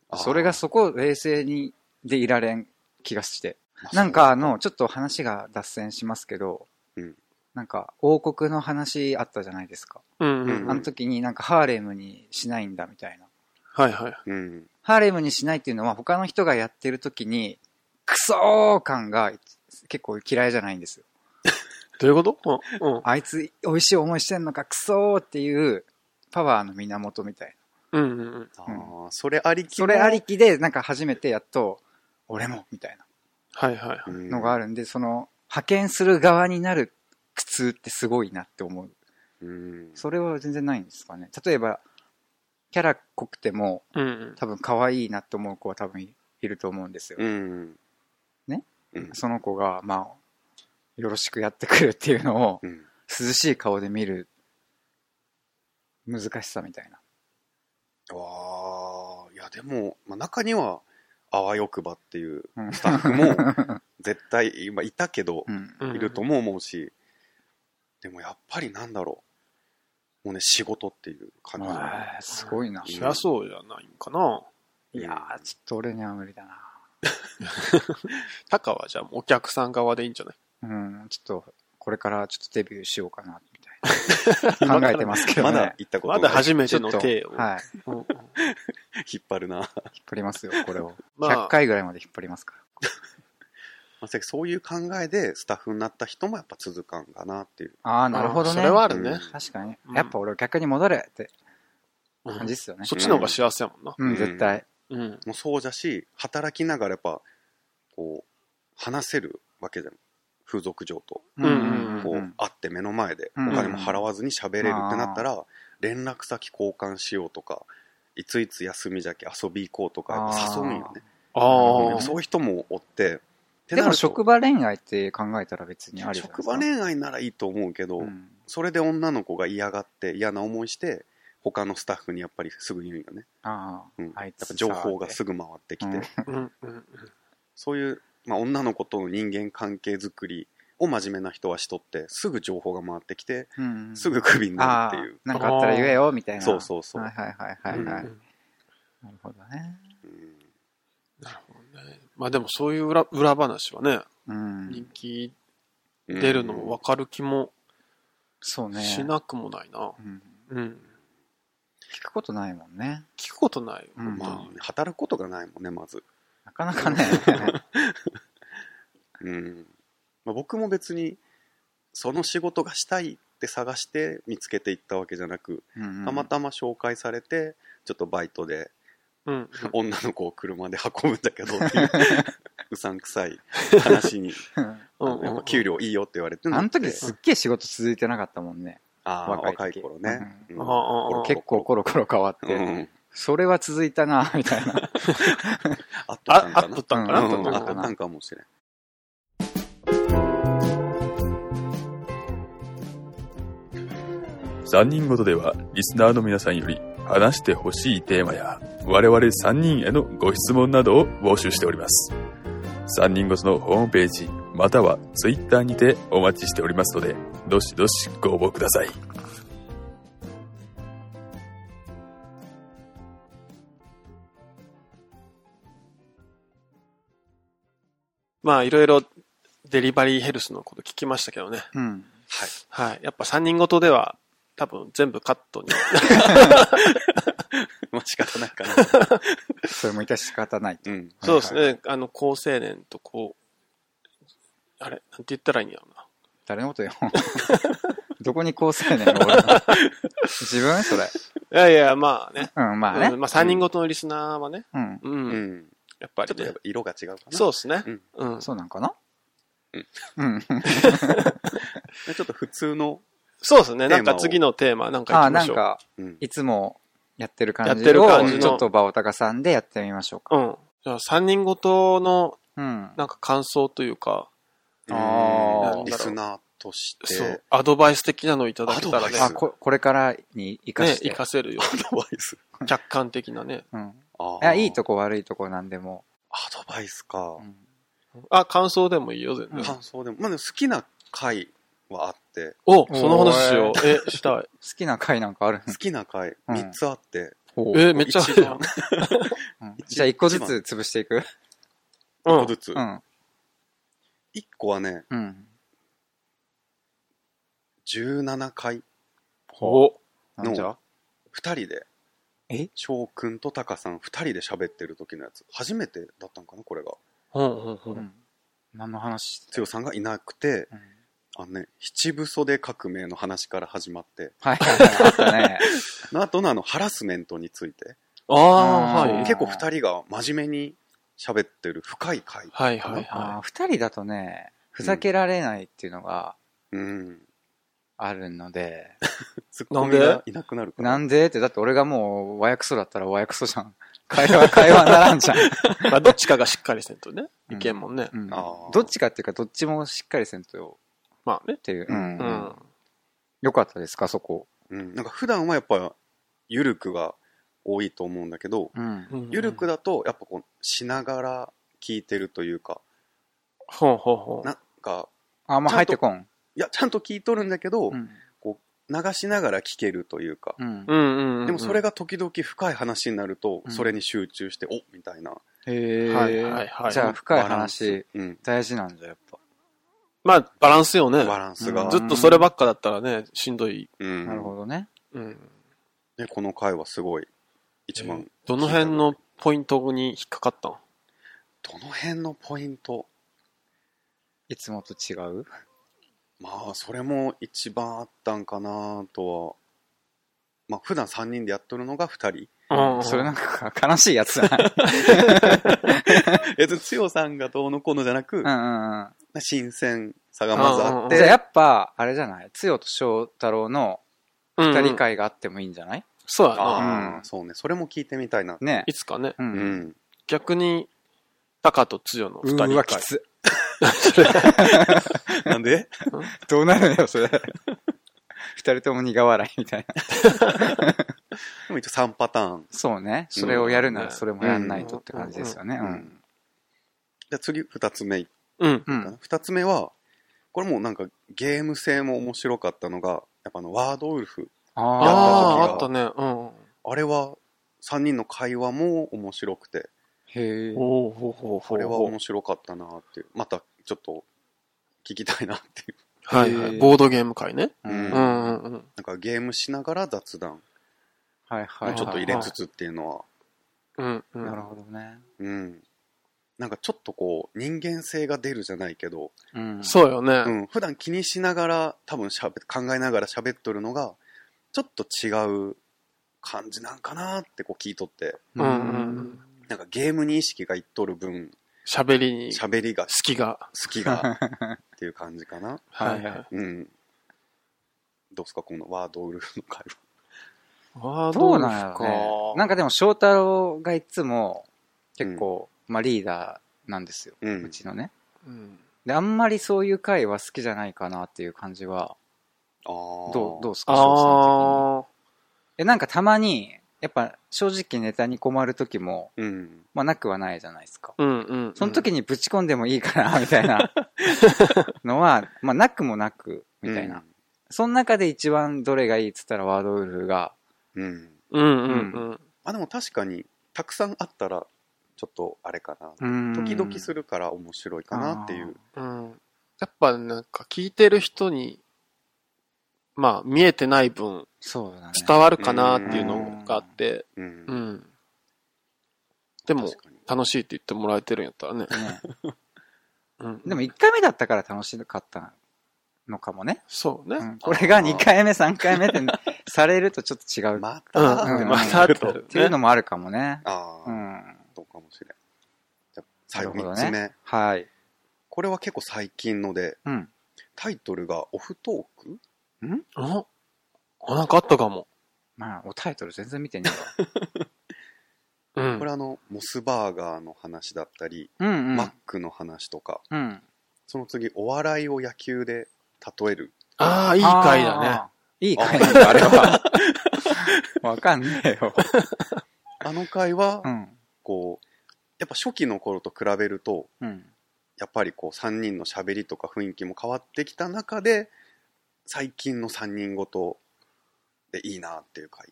[SPEAKER 4] あ ー
[SPEAKER 2] それがそこ冷静にでいられん気がして。
[SPEAKER 4] まあ
[SPEAKER 2] なんかあの、ちょっと話が脱線しますけど、
[SPEAKER 4] うん
[SPEAKER 2] なんか王国の話あったじゃないですか。
[SPEAKER 3] うんうん。
[SPEAKER 2] あ
[SPEAKER 3] は
[SPEAKER 2] の
[SPEAKER 3] い
[SPEAKER 2] 時になんかハーレムにしないんだみたいな。
[SPEAKER 3] はいはい。
[SPEAKER 4] そううん
[SPEAKER 2] ハーレムにしないっていうのは他の人がやってる時に、クソー感が結構嫌いじゃないんですよ。
[SPEAKER 3] どういうことうんうん
[SPEAKER 2] あいつ美味しい思いしてんのかクソーっていうパワーの源みたいな。
[SPEAKER 3] うんうんうん。
[SPEAKER 4] あーそれありき
[SPEAKER 2] そ
[SPEAKER 4] の
[SPEAKER 2] れありきでなんか初めてやっと、俺もみたい
[SPEAKER 3] はいはいはい。
[SPEAKER 4] うん
[SPEAKER 2] なのがあるんで、その派遣する側になる苦痛ってすごいなって思う。
[SPEAKER 4] うん
[SPEAKER 2] それは全然ないんですかね。例えば、キャラ濃くても、
[SPEAKER 3] うんうん。
[SPEAKER 2] 多分可愛いなって思う子は多分いいると思うんですよ。
[SPEAKER 4] うん。
[SPEAKER 2] ね
[SPEAKER 4] うん。
[SPEAKER 2] その子が、まあ、よろしくやってくるっていうのを、
[SPEAKER 4] うん。
[SPEAKER 2] 涼しい顔で見る難しさみたいな。
[SPEAKER 4] わあ、いやでも、まあ、中には、あわよくばっていう
[SPEAKER 2] うん
[SPEAKER 4] スタッフも、 絶対、今いたけど、
[SPEAKER 2] うん。
[SPEAKER 3] うん
[SPEAKER 4] いるとも思うし、でもやっぱりなんだろう。もうね、仕事っていう感じだね
[SPEAKER 2] あーすごいな。
[SPEAKER 3] そりゃそうじゃないんかな。
[SPEAKER 2] いやー、ちょっと俺には無理だな。
[SPEAKER 3] タカはじゃあもうお客さん側でいいんじゃない
[SPEAKER 2] うん、ちょっと、これからちょっとデビューしようかな、みたい な。考えてますけど
[SPEAKER 4] ま
[SPEAKER 2] ね。
[SPEAKER 4] だ行ったこと
[SPEAKER 3] ま
[SPEAKER 4] ない。
[SPEAKER 3] だ初め
[SPEAKER 2] ち
[SPEAKER 3] て
[SPEAKER 2] ょ
[SPEAKER 3] の
[SPEAKER 2] っと、
[SPEAKER 3] 手を。
[SPEAKER 2] はい。
[SPEAKER 3] うんうん
[SPEAKER 4] 引っ張るな。 ま
[SPEAKER 2] 引っ張りますよ、これを。
[SPEAKER 3] ま
[SPEAKER 2] 100
[SPEAKER 3] あ、
[SPEAKER 2] 回ぐらいまで引っ張りますから。
[SPEAKER 4] あせそういう考えでスタッフになった人もやっぱ続かんかなっていう。
[SPEAKER 2] ああ、なるほど
[SPEAKER 3] そ
[SPEAKER 2] ね。
[SPEAKER 3] れはあるね。
[SPEAKER 2] 確かに
[SPEAKER 3] う。ん
[SPEAKER 2] やっぱ俺客に戻れって
[SPEAKER 3] う
[SPEAKER 2] 感
[SPEAKER 3] ん
[SPEAKER 2] じっすよね。
[SPEAKER 3] そっちの方が幸せやもんな。
[SPEAKER 2] うん、
[SPEAKER 4] うん
[SPEAKER 2] 絶対。
[SPEAKER 3] うん。
[SPEAKER 4] もうそうじゃし、働きながらやっぱ、こう、話せるわけじゃん。風俗嬢と、
[SPEAKER 3] うんうん
[SPEAKER 4] こう、会って目の前で、お
[SPEAKER 2] うん
[SPEAKER 4] 金も払わずに喋れるってなったら、連絡先交換しようとか、いついつ休みじゃけ遊び行こうとか、やっぱ誘うんよね。
[SPEAKER 3] あ
[SPEAKER 4] う
[SPEAKER 3] あ
[SPEAKER 4] ん。そういう人もおって、って
[SPEAKER 2] で
[SPEAKER 4] なる
[SPEAKER 2] も
[SPEAKER 4] と
[SPEAKER 2] 職場恋愛って考えたら別にありじゃないです
[SPEAKER 4] 職
[SPEAKER 2] か
[SPEAKER 4] 場恋愛ならいいと思うけど、
[SPEAKER 2] うん
[SPEAKER 4] それで女の子が嫌がって嫌な思いして他のスタッフにやっぱりすぐ言うんよね、
[SPEAKER 2] ああ、
[SPEAKER 4] うん、
[SPEAKER 2] あ
[SPEAKER 4] やっ
[SPEAKER 2] いつさ
[SPEAKER 4] ぱ情報がすぐ回ってきて、
[SPEAKER 2] うん
[SPEAKER 3] うんうん
[SPEAKER 4] そういう、まあ、女の子との人間関係づくりを真面目な人はしとってすぐ情報が回ってきて
[SPEAKER 2] うん うん
[SPEAKER 4] すぐクビにな
[SPEAKER 2] あ
[SPEAKER 4] る
[SPEAKER 2] あ
[SPEAKER 4] っていう、
[SPEAKER 2] なんかあったら言えよみたいな
[SPEAKER 4] そうそうそう、
[SPEAKER 2] はいはいはいはいはい、なるほどね
[SPEAKER 4] うん
[SPEAKER 3] なるほどね。まあでもそういう裏裏話はね、
[SPEAKER 2] うん
[SPEAKER 3] 人気出るのも分かる気も
[SPEAKER 2] そうね
[SPEAKER 3] しなくもないな。
[SPEAKER 2] うん
[SPEAKER 3] うん。
[SPEAKER 2] 聞くことないもんね
[SPEAKER 3] 聞くことないよ。
[SPEAKER 2] うん
[SPEAKER 4] まあね、働くことがないもんねまず、
[SPEAKER 2] なかなかね
[SPEAKER 4] うんまあ、僕も別にその仕事がしたいって探して見つけていったわけじゃなく
[SPEAKER 2] うん
[SPEAKER 4] たまたま紹介されてちょっとバイトで
[SPEAKER 3] うんうん。
[SPEAKER 4] 女の子を車で運ぶんだけどっていううさんくさい話に
[SPEAKER 2] うん
[SPEAKER 4] あのやっぱ給料いいよって言われて
[SPEAKER 2] あの時
[SPEAKER 4] です
[SPEAKER 2] っげえ仕事続いてなかったもんね
[SPEAKER 4] あー
[SPEAKER 2] 若
[SPEAKER 4] 若
[SPEAKER 2] い
[SPEAKER 4] い
[SPEAKER 2] 時
[SPEAKER 4] 頃ね、
[SPEAKER 3] う
[SPEAKER 4] うんん
[SPEAKER 3] ああああ
[SPEAKER 2] 結構コロコロ変わって、
[SPEAKER 4] うん
[SPEAKER 2] それは続いたな みたいな
[SPEAKER 4] あっとった
[SPEAKER 3] あ
[SPEAKER 4] ん、
[SPEAKER 3] あ
[SPEAKER 4] か
[SPEAKER 3] っ
[SPEAKER 4] な
[SPEAKER 3] とったんかな
[SPEAKER 2] う
[SPEAKER 3] と
[SPEAKER 4] う
[SPEAKER 3] 思
[SPEAKER 4] ん
[SPEAKER 3] う
[SPEAKER 4] あ
[SPEAKER 2] あ
[SPEAKER 4] っ
[SPEAKER 2] っと
[SPEAKER 4] とっ
[SPEAKER 2] った
[SPEAKER 4] た
[SPEAKER 2] ん
[SPEAKER 4] んかもしれん
[SPEAKER 5] 3人ごとではリスナーの皆さんより話してほしいテーマや我々3人へのご質問などを募集しております3人ごとのホームページまたは Twitter にてお待ちしておりますのでどしどしご応募ください
[SPEAKER 3] まあいろいろデリバリーヘルスのこと聞きましたけどね。
[SPEAKER 2] うん
[SPEAKER 3] はい。やっぱ3人ごとでは多分全部カットに。
[SPEAKER 4] まあ仕方ないかな、
[SPEAKER 2] それもいたし仕方ない
[SPEAKER 4] うん、
[SPEAKER 3] そうですね。あの、高青年とこう、あれ、なんて言ったらいいんやろうな。
[SPEAKER 2] 誰のことよ どこに高青年がおるの自分それ
[SPEAKER 3] いやいや、まあね。
[SPEAKER 2] うんまあね
[SPEAKER 3] うんまあ3人ごとのリスナーはね。
[SPEAKER 2] うん、
[SPEAKER 3] うん。
[SPEAKER 4] うん、
[SPEAKER 3] やっぱ
[SPEAKER 4] ちょ
[SPEAKER 3] り
[SPEAKER 4] っと
[SPEAKER 3] ね、
[SPEAKER 4] やっぱ色が違うかな
[SPEAKER 3] そうですね。
[SPEAKER 4] うん
[SPEAKER 3] うん。
[SPEAKER 2] そうなんかな
[SPEAKER 4] うん
[SPEAKER 2] うん、
[SPEAKER 4] でちょっと普通の、
[SPEAKER 3] そうですね。
[SPEAKER 4] テーマを
[SPEAKER 3] なんか次のテーマ、なんか
[SPEAKER 2] あ
[SPEAKER 3] 行
[SPEAKER 2] あ
[SPEAKER 3] きま
[SPEAKER 2] なん
[SPEAKER 3] しょう。
[SPEAKER 2] か
[SPEAKER 4] うん、
[SPEAKER 2] いつもやってる感
[SPEAKER 3] やっ
[SPEAKER 2] じ
[SPEAKER 3] てる感
[SPEAKER 2] を
[SPEAKER 4] じの
[SPEAKER 2] ちょっと場を高さんでやってみましょうか
[SPEAKER 3] うん。じゃあ3人ごとの、
[SPEAKER 2] うん
[SPEAKER 3] なんか感想というか、
[SPEAKER 2] あー
[SPEAKER 4] うんリスナーとし
[SPEAKER 3] そ
[SPEAKER 4] て
[SPEAKER 3] う、アドバイス的なのいただけた
[SPEAKER 4] アドバ
[SPEAKER 3] ら
[SPEAKER 4] イ
[SPEAKER 3] ね
[SPEAKER 4] ス、
[SPEAKER 2] あここれからに生か
[SPEAKER 3] ね、
[SPEAKER 2] して、
[SPEAKER 3] 活かせるよ。
[SPEAKER 4] アドバイス
[SPEAKER 3] 客観的なね。
[SPEAKER 2] うん、
[SPEAKER 4] あ
[SPEAKER 2] い
[SPEAKER 4] ー
[SPEAKER 2] やいいとこ悪いとこなんでも、
[SPEAKER 4] アドバイスか、
[SPEAKER 2] うん
[SPEAKER 3] あ、感想でもいいよ、全然。
[SPEAKER 4] 感想でも、まあ、でも好きな回はあって
[SPEAKER 3] お、その話しよう。え、したい。
[SPEAKER 2] 好きな回なんかあるんで
[SPEAKER 4] 好
[SPEAKER 2] す
[SPEAKER 4] きな回
[SPEAKER 2] うん
[SPEAKER 4] 3つあって、
[SPEAKER 3] え、めっちゃあるやん。
[SPEAKER 2] うんじゃあ一個ずつ潰していく
[SPEAKER 3] う
[SPEAKER 4] 一個
[SPEAKER 3] ん。
[SPEAKER 4] ずつ、
[SPEAKER 2] うん
[SPEAKER 4] 1個はね
[SPEAKER 2] うん
[SPEAKER 4] 17回
[SPEAKER 3] お、
[SPEAKER 2] なんじゃ
[SPEAKER 4] 2人で
[SPEAKER 2] え
[SPEAKER 4] 翔くんとタカさん2人で喋ってる時のやつ初めてだったんかなこれが
[SPEAKER 3] うんうんうん。
[SPEAKER 2] ん、何の話して
[SPEAKER 4] 剛さんがいなくて
[SPEAKER 2] うん
[SPEAKER 4] あのね七分袖革命の話から始まって
[SPEAKER 2] はいはいはいあったね
[SPEAKER 4] あとのあのハラスメントについて
[SPEAKER 3] ああ、
[SPEAKER 2] うん
[SPEAKER 3] はい。
[SPEAKER 4] 結構2人が真面目に喋ってる深い回
[SPEAKER 3] はいはいはい。
[SPEAKER 2] あー二人だとねふざけられないっていうのが
[SPEAKER 4] うん
[SPEAKER 2] あるので、
[SPEAKER 4] ツッコミ
[SPEAKER 3] なん
[SPEAKER 4] が
[SPEAKER 3] で
[SPEAKER 4] いなくなるから。
[SPEAKER 2] なんでって、だって俺がもう、和訳そだったら和訳そじゃん。 会話、会話ならんじゃん。
[SPEAKER 3] まあ、どっちかがしっかりせんとね、
[SPEAKER 2] うん
[SPEAKER 3] いけんもんね。
[SPEAKER 2] うん
[SPEAKER 4] あー
[SPEAKER 2] どっちかっていうか、どっちもしっかりせんとよ
[SPEAKER 3] まあね
[SPEAKER 2] っ。ていう。
[SPEAKER 4] う
[SPEAKER 2] うんん。
[SPEAKER 3] うん。
[SPEAKER 2] よかったですか、そこ。
[SPEAKER 4] うん、なんか普段はやっぱ、ゆるくが多いと思うんだけど、
[SPEAKER 2] うん。
[SPEAKER 3] うん
[SPEAKER 4] ゆるくだと、やっぱこう、しながら聞いてるというか、
[SPEAKER 3] ほうほうほう。
[SPEAKER 4] なんか、
[SPEAKER 2] あんま入ってこん。
[SPEAKER 4] いや、ちゃんと聞いとるんだけど、
[SPEAKER 2] うん。
[SPEAKER 4] 流しながら聞けるというか、
[SPEAKER 2] うん
[SPEAKER 3] う。んうんうん。
[SPEAKER 4] でもそれが時々深い話になると、
[SPEAKER 2] うん
[SPEAKER 4] それに集中して、おみたいな。
[SPEAKER 2] へえ。
[SPEAKER 3] はいはいはい
[SPEAKER 2] じゃあ、深い
[SPEAKER 4] バランス
[SPEAKER 2] 話、。
[SPEAKER 4] うん。
[SPEAKER 2] 大事なんじゃ、やっぱ。
[SPEAKER 3] まあ、バランスよね。
[SPEAKER 4] バランスが。
[SPEAKER 2] うん
[SPEAKER 3] ずっとそればっかだったらね、しんどい。
[SPEAKER 4] うん
[SPEAKER 2] なるほどね。
[SPEAKER 3] うん。
[SPEAKER 4] でこの回はすごい、一番、
[SPEAKER 3] どの辺のポイントに引っかかったん
[SPEAKER 4] どの辺のポイント
[SPEAKER 2] いつもと違う
[SPEAKER 4] まあ、それも一番あったんかなとは。まあ、普段3人でやっとるのが2人。
[SPEAKER 2] それなんか悲しいやつだな。
[SPEAKER 4] えっと、つよさんがどうのこうのじゃなく、
[SPEAKER 2] うんうんうん。
[SPEAKER 4] 新鮮さがまずあ
[SPEAKER 2] じ
[SPEAKER 4] っ
[SPEAKER 2] ゃあ
[SPEAKER 4] て、
[SPEAKER 2] やっぱ、あれじゃないつよと翔太郎の
[SPEAKER 3] 二
[SPEAKER 2] 二人会があってもいいんじゃない、
[SPEAKER 3] そうや
[SPEAKER 4] あ
[SPEAKER 3] な。
[SPEAKER 4] あ、
[SPEAKER 2] うん
[SPEAKER 4] そうね、それも聞いてみたいな。
[SPEAKER 2] ね
[SPEAKER 3] いつかね。
[SPEAKER 2] う。
[SPEAKER 4] うんん。
[SPEAKER 3] 逆に、タカとツヨの二
[SPEAKER 2] う
[SPEAKER 3] 人会。
[SPEAKER 2] わ、きつ。
[SPEAKER 4] なんで
[SPEAKER 2] どうなるのよ、それ。二人とも苦笑いみたいな。
[SPEAKER 4] でも一応3パターン。
[SPEAKER 2] そうね。それをやるなら
[SPEAKER 3] うん
[SPEAKER 2] それもやんないとって感じですよね。
[SPEAKER 4] う
[SPEAKER 2] うんん。
[SPEAKER 4] じゃあ次、2つ目いっ
[SPEAKER 3] うん。
[SPEAKER 2] う
[SPEAKER 4] か
[SPEAKER 2] ん。
[SPEAKER 4] な。2つ目は、これもなんかゲーム性も面白かったのが、やっぱあの、ワードウルフ。
[SPEAKER 3] あ
[SPEAKER 4] や
[SPEAKER 3] あ
[SPEAKER 4] った時が
[SPEAKER 3] ー、あったね。うん。
[SPEAKER 4] あれは、3人の会話も面白くて、
[SPEAKER 2] へえ。
[SPEAKER 3] おおほうほうほ
[SPEAKER 4] こ
[SPEAKER 3] う
[SPEAKER 4] れは
[SPEAKER 3] ほう
[SPEAKER 4] 面白かったなっていう。また、ちょっと、聞きたいなっていう。
[SPEAKER 3] はいはい。ボードゲーム会ね。
[SPEAKER 2] う
[SPEAKER 4] うん
[SPEAKER 2] ん。
[SPEAKER 3] う
[SPEAKER 2] はい
[SPEAKER 3] んうんうん。
[SPEAKER 4] なんかゲームしながら雑談
[SPEAKER 2] はい
[SPEAKER 4] を
[SPEAKER 2] はい。
[SPEAKER 4] ちょっと入れつつっていうのは、
[SPEAKER 3] うんうん。
[SPEAKER 2] なるほどね。
[SPEAKER 4] うん。なんかちょっとこう、人間性が出るじゃないけど、
[SPEAKER 2] うん。
[SPEAKER 3] そうよね
[SPEAKER 4] う。ん、普段気にしながら、多分しゃべ考えながら喋っとるのが、ちょっと違う感じなんかなってこう聞いとって、
[SPEAKER 3] うんうんうん。
[SPEAKER 4] なんかゲームに意識がいっとる分、
[SPEAKER 3] 喋りに、好
[SPEAKER 4] 喋りが好
[SPEAKER 3] きが。
[SPEAKER 4] き がっていう感じかな。
[SPEAKER 3] はい
[SPEAKER 2] は
[SPEAKER 3] はい。
[SPEAKER 4] うん。どうすか、このワードウルフの会話。
[SPEAKER 3] ワー
[SPEAKER 2] ど
[SPEAKER 3] ド
[SPEAKER 2] う
[SPEAKER 3] ルフ
[SPEAKER 2] なんや
[SPEAKER 3] か。
[SPEAKER 2] ろね。なんかでも翔太郎がいつも結構、まあリーダーなんですよ。
[SPEAKER 4] う。
[SPEAKER 2] うんちのね。
[SPEAKER 3] うん
[SPEAKER 2] で、あんまりそういう回は好きじゃないかなっていう感じは、
[SPEAKER 4] ああ。
[SPEAKER 2] どう、どうですか、翔さん的に
[SPEAKER 3] ああ。
[SPEAKER 2] え、なんかたまに、やっぱ正直ネタに困る時も、
[SPEAKER 4] ううん。
[SPEAKER 2] まあなくはないじゃないですか。
[SPEAKER 3] うんうんうん。
[SPEAKER 2] その時にぶち込んでもいいかな、みたいなのは、まあなくもなく、みたいな。その中で一番どれがいいっつったらワードウルフが、
[SPEAKER 4] うん。うん。
[SPEAKER 3] うんうんうん。
[SPEAKER 4] あ、でも確かに、たくさんあったら、ちょっとあれかな。時々す
[SPEAKER 2] る
[SPEAKER 4] るから面白いかなっていう。
[SPEAKER 3] うんやっぱなんか聞いてる人に、まあ見えてない分
[SPEAKER 2] そうだね。
[SPEAKER 3] 伝わるかなっていうのがあって、
[SPEAKER 4] う。
[SPEAKER 3] うんん。でも
[SPEAKER 4] 確かに
[SPEAKER 3] 楽しいって言ってもらえてるんやったらね。
[SPEAKER 2] ね
[SPEAKER 3] うん。
[SPEAKER 2] でも1回目だったから楽しかったのかもね。
[SPEAKER 3] そうね
[SPEAKER 2] う。んこれが2回目、3回目ってされるとちょっと違う。
[SPEAKER 4] ま
[SPEAKER 3] う
[SPEAKER 4] た、
[SPEAKER 3] ん。
[SPEAKER 2] うん
[SPEAKER 3] またってなるね
[SPEAKER 2] っていうのもあるかもね。
[SPEAKER 4] ああ、
[SPEAKER 2] うん。
[SPEAKER 4] そうかもしれん。じゃあ最後
[SPEAKER 2] なるほ
[SPEAKER 4] 3
[SPEAKER 2] ど
[SPEAKER 4] つ
[SPEAKER 2] ね
[SPEAKER 4] 目、
[SPEAKER 2] はい。
[SPEAKER 4] これは結構最近ので、
[SPEAKER 2] うん。
[SPEAKER 4] タイトルがオフトーク
[SPEAKER 3] ああ、なんかあったかも。
[SPEAKER 2] まあ、おタイトル全然見てねえわ。
[SPEAKER 3] うん。
[SPEAKER 4] これあの、モスバーガーの話だったり、
[SPEAKER 2] うんうん。
[SPEAKER 4] マックの話とか、
[SPEAKER 2] うん。
[SPEAKER 4] その次、お笑いを野球で例える。
[SPEAKER 3] ああ、いい回だね。
[SPEAKER 2] ね。いい回なんだ、あれは。 わかんねえよ。
[SPEAKER 4] あの回は
[SPEAKER 2] う、ん。
[SPEAKER 4] こう、やっぱ初期の頃と比べると、
[SPEAKER 2] うん。
[SPEAKER 4] やっぱりこう3人の喋りとか雰囲気も変わってきた中で、最近の3人ごとでいいなっていう回。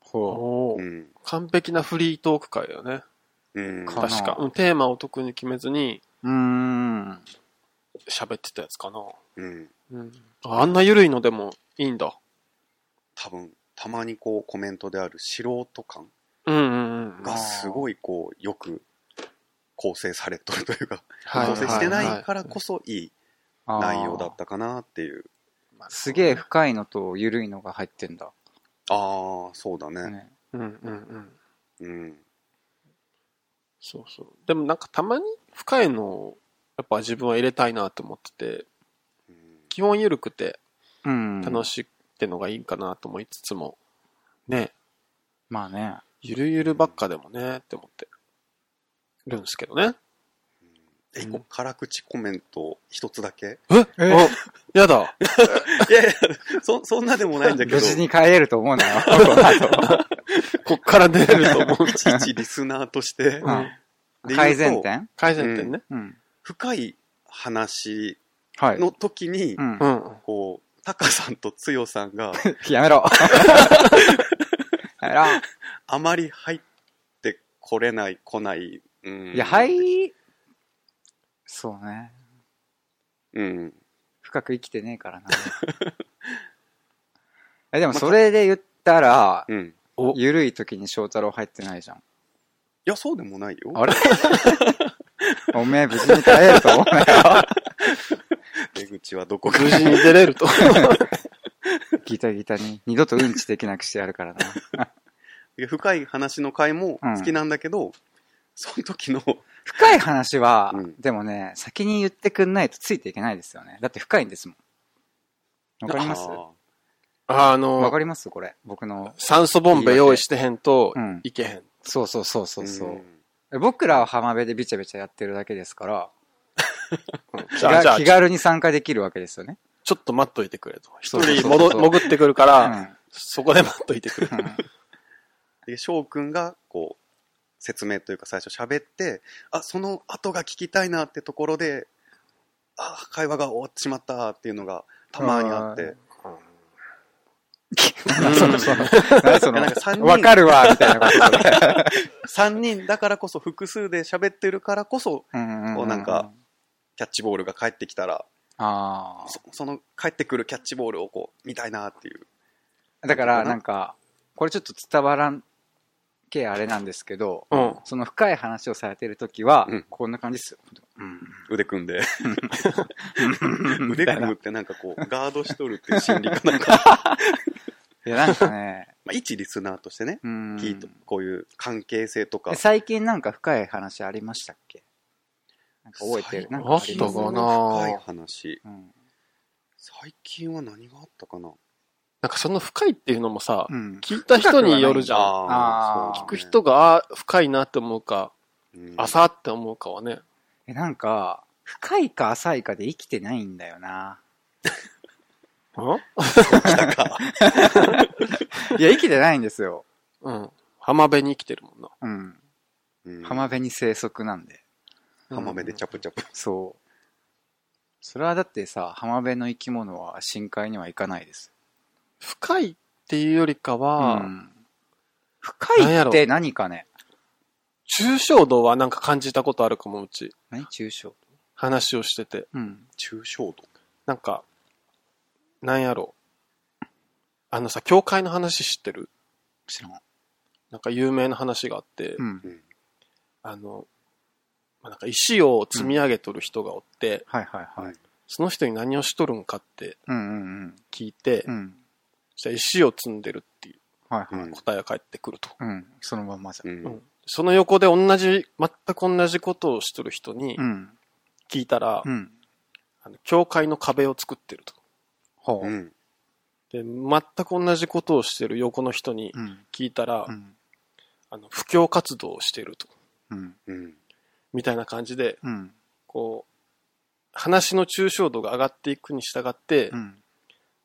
[SPEAKER 2] ほ
[SPEAKER 3] お
[SPEAKER 4] う
[SPEAKER 3] ー
[SPEAKER 4] ん。
[SPEAKER 3] 完璧なフリートーク回だよね。
[SPEAKER 4] うん。
[SPEAKER 2] かな
[SPEAKER 3] 確か。うんテーマを特に決めずに
[SPEAKER 2] う。うーん。
[SPEAKER 3] 喋ってたやつかな。
[SPEAKER 4] うん。
[SPEAKER 3] うん。ああんな緩いのでもいいんだ。
[SPEAKER 4] 多分、たまにこうコメントである素人感
[SPEAKER 3] うんうんうん。
[SPEAKER 4] がすごいこうよく構成されとるというか
[SPEAKER 3] は
[SPEAKER 4] 構成して
[SPEAKER 3] は
[SPEAKER 4] な
[SPEAKER 3] はい
[SPEAKER 4] からこそいい
[SPEAKER 2] あー
[SPEAKER 4] 内容だったかなっていう
[SPEAKER 2] すげえ。深いのと緩いのが入ってんだ。
[SPEAKER 4] ああそうだね
[SPEAKER 2] ね
[SPEAKER 3] うんうんうん。
[SPEAKER 4] うん
[SPEAKER 3] そうそう。でもなんかたまに深いのをやっぱ自分は入れたいなと思ってて、
[SPEAKER 4] うん
[SPEAKER 3] 基本緩くて、
[SPEAKER 2] うん。
[SPEAKER 3] 楽しってのがいいかなと思いつつも、ね、
[SPEAKER 2] まあね。
[SPEAKER 3] ゆるゆるばっかでもね、って思ってるんですけどね。
[SPEAKER 4] え、一個辛口コメント一つだ け。
[SPEAKER 3] えあ、やだ。
[SPEAKER 4] いやいや、そ、そんなでもないんだけど
[SPEAKER 2] 無、事に帰れると思うなよ。この後
[SPEAKER 3] こっから出ると思う。
[SPEAKER 4] いちいちリスナーとして、
[SPEAKER 2] うん 改善点
[SPEAKER 3] 改善点ね。
[SPEAKER 2] うん。
[SPEAKER 4] 深い話
[SPEAKER 2] はい。
[SPEAKER 4] の時に
[SPEAKER 2] う、ん
[SPEAKER 3] う。ん。
[SPEAKER 4] こう、タカさんとつよさんが
[SPEAKER 2] やめろ。やめろ。
[SPEAKER 4] あまり入ってこれない、来ない。うん、
[SPEAKER 2] いや、は。い。そうね。
[SPEAKER 4] うん。
[SPEAKER 2] 深く生きてねえからな。え、でもそれで言ったら、
[SPEAKER 4] うん。い
[SPEAKER 3] お
[SPEAKER 2] ゆるい時に翔太郎入ってないじゃん。
[SPEAKER 4] や、そうでもないよ。
[SPEAKER 2] あれおめえ無事に帰れると思う なよ。
[SPEAKER 4] 出口はどこか
[SPEAKER 3] 無事に出れる と。
[SPEAKER 2] ギタギタに。二度とうんちできなくしてやるからな。
[SPEAKER 4] いや深い話の回も好きなんだけど、その時の、
[SPEAKER 2] 深い話は、
[SPEAKER 4] うん
[SPEAKER 2] でもね、先に言ってくんないとついていけないですよね。だって深いんですもん。わかります
[SPEAKER 4] あー
[SPEAKER 3] あ
[SPEAKER 2] わか
[SPEAKER 3] の、
[SPEAKER 2] りますこれ。僕の。
[SPEAKER 3] 酸素ボンベ用意してへんと
[SPEAKER 2] うん、
[SPEAKER 3] いけへん。
[SPEAKER 2] そうそうそうそうそう。
[SPEAKER 4] ん
[SPEAKER 2] 僕らは浜辺でびちゃびちゃやってるだけですから、気
[SPEAKER 3] じゃあ、じゃ
[SPEAKER 2] が
[SPEAKER 3] あ
[SPEAKER 2] 気、軽に参加できるわけですよね。
[SPEAKER 3] ちょっと待っといてくれと。
[SPEAKER 2] そ
[SPEAKER 3] 一
[SPEAKER 2] うそうそう
[SPEAKER 3] 人戻、潜ってくるから、
[SPEAKER 2] う
[SPEAKER 3] そこで待っといてくれ。
[SPEAKER 2] んうん
[SPEAKER 4] で翔くんがこう説明というか最初喋ってあその後が聞きたいなってところであ会話が終わってしまったっていうのがたまにあって
[SPEAKER 2] うん
[SPEAKER 3] うん
[SPEAKER 2] 何その
[SPEAKER 4] いやなんか三人
[SPEAKER 2] わかるわ、みたいなことで。
[SPEAKER 4] 3人だからこそ複数で喋ってるからこそこうなんか、キャッチボールが返ってきたら
[SPEAKER 2] あ
[SPEAKER 4] そその返ってくるキャッチボールをこう見たいなっていう
[SPEAKER 2] あ。だから、なんか、これちょっと伝わらんけあれなんですけど、
[SPEAKER 3] うん。
[SPEAKER 2] その深い話をされてるときは
[SPEAKER 4] うん、
[SPEAKER 2] こんな感じですよ。
[SPEAKER 4] 腕組んで
[SPEAKER 2] うん
[SPEAKER 4] 腕組むってなんかこうガードしとるっていう心理かなんか、
[SPEAKER 2] いや、なんかね、
[SPEAKER 4] まあ、一リスナーとしてね
[SPEAKER 2] うん
[SPEAKER 4] 聞いとこういう関係性とか
[SPEAKER 2] え最近なんか深い話ありましたっけなんか覚えてる。なんかあり
[SPEAKER 3] あ
[SPEAKER 2] ま
[SPEAKER 3] っ
[SPEAKER 2] す
[SPEAKER 3] たかな
[SPEAKER 4] 深い話
[SPEAKER 2] うん
[SPEAKER 4] 最近は何があったかな
[SPEAKER 3] なんかその深いっていうのもさ
[SPEAKER 2] う、ん。
[SPEAKER 3] 聞いた人によるじゃん。
[SPEAKER 2] あー
[SPEAKER 3] 聞く人が、あー深いなって思うか、
[SPEAKER 4] 朝
[SPEAKER 3] 浅って思うかはね。
[SPEAKER 2] え、なんか、深いか浅いかで生きてないんだよな。いや、生きてないんですよ。
[SPEAKER 3] うん。浜辺に生きてるもんな。
[SPEAKER 2] うん。浜
[SPEAKER 4] 浜
[SPEAKER 2] 辺に生息なんで。
[SPEAKER 4] 辺でチャプチャプ
[SPEAKER 2] そう。それはだってさ、浜辺の生き物は深海には行かないです。
[SPEAKER 3] 深いっていうよりか
[SPEAKER 2] う
[SPEAKER 3] は、
[SPEAKER 2] ん深
[SPEAKER 3] なん
[SPEAKER 2] い
[SPEAKER 3] や
[SPEAKER 2] っ
[SPEAKER 3] ろ
[SPEAKER 2] て何かね
[SPEAKER 3] 抽象度はなんか感じたことあるかも、うち。
[SPEAKER 2] 何抽象
[SPEAKER 3] 話をしてて。
[SPEAKER 2] うん。
[SPEAKER 4] 抽象度
[SPEAKER 3] なんか、なんやろあのさ、教会の話知ってる
[SPEAKER 2] 知らん。
[SPEAKER 3] なんか有名な話があって、
[SPEAKER 2] うん。
[SPEAKER 3] あの、まあなんか石を積み上げとる人がおって、
[SPEAKER 2] はいはいはい。
[SPEAKER 3] その人に何をしとるんかって
[SPEAKER 2] うんうんうん。
[SPEAKER 3] 聞いて、
[SPEAKER 2] うん。
[SPEAKER 3] じゃあ石を積んでるっていう
[SPEAKER 2] はいはい。
[SPEAKER 4] うん
[SPEAKER 3] 答えが返ってくると。
[SPEAKER 2] うん。そのまんまじゃん。
[SPEAKER 4] うん
[SPEAKER 3] うんその横で同じ、全く同じことをしとる人に
[SPEAKER 2] うん。
[SPEAKER 3] 聞いたら、
[SPEAKER 2] うん。
[SPEAKER 3] あの教会の壁を作ってると。
[SPEAKER 2] ほ
[SPEAKER 4] う
[SPEAKER 2] う。
[SPEAKER 4] ん
[SPEAKER 3] で、全く同じことをしてる横の人に
[SPEAKER 2] うん。
[SPEAKER 3] 聞いたら、
[SPEAKER 2] うん。
[SPEAKER 3] あの、布教活動をしてると。
[SPEAKER 2] うん。
[SPEAKER 4] うん
[SPEAKER 3] みたいな感じで、
[SPEAKER 2] うん。
[SPEAKER 3] こう、話の抽象度が上がっていくに従って、
[SPEAKER 2] うん。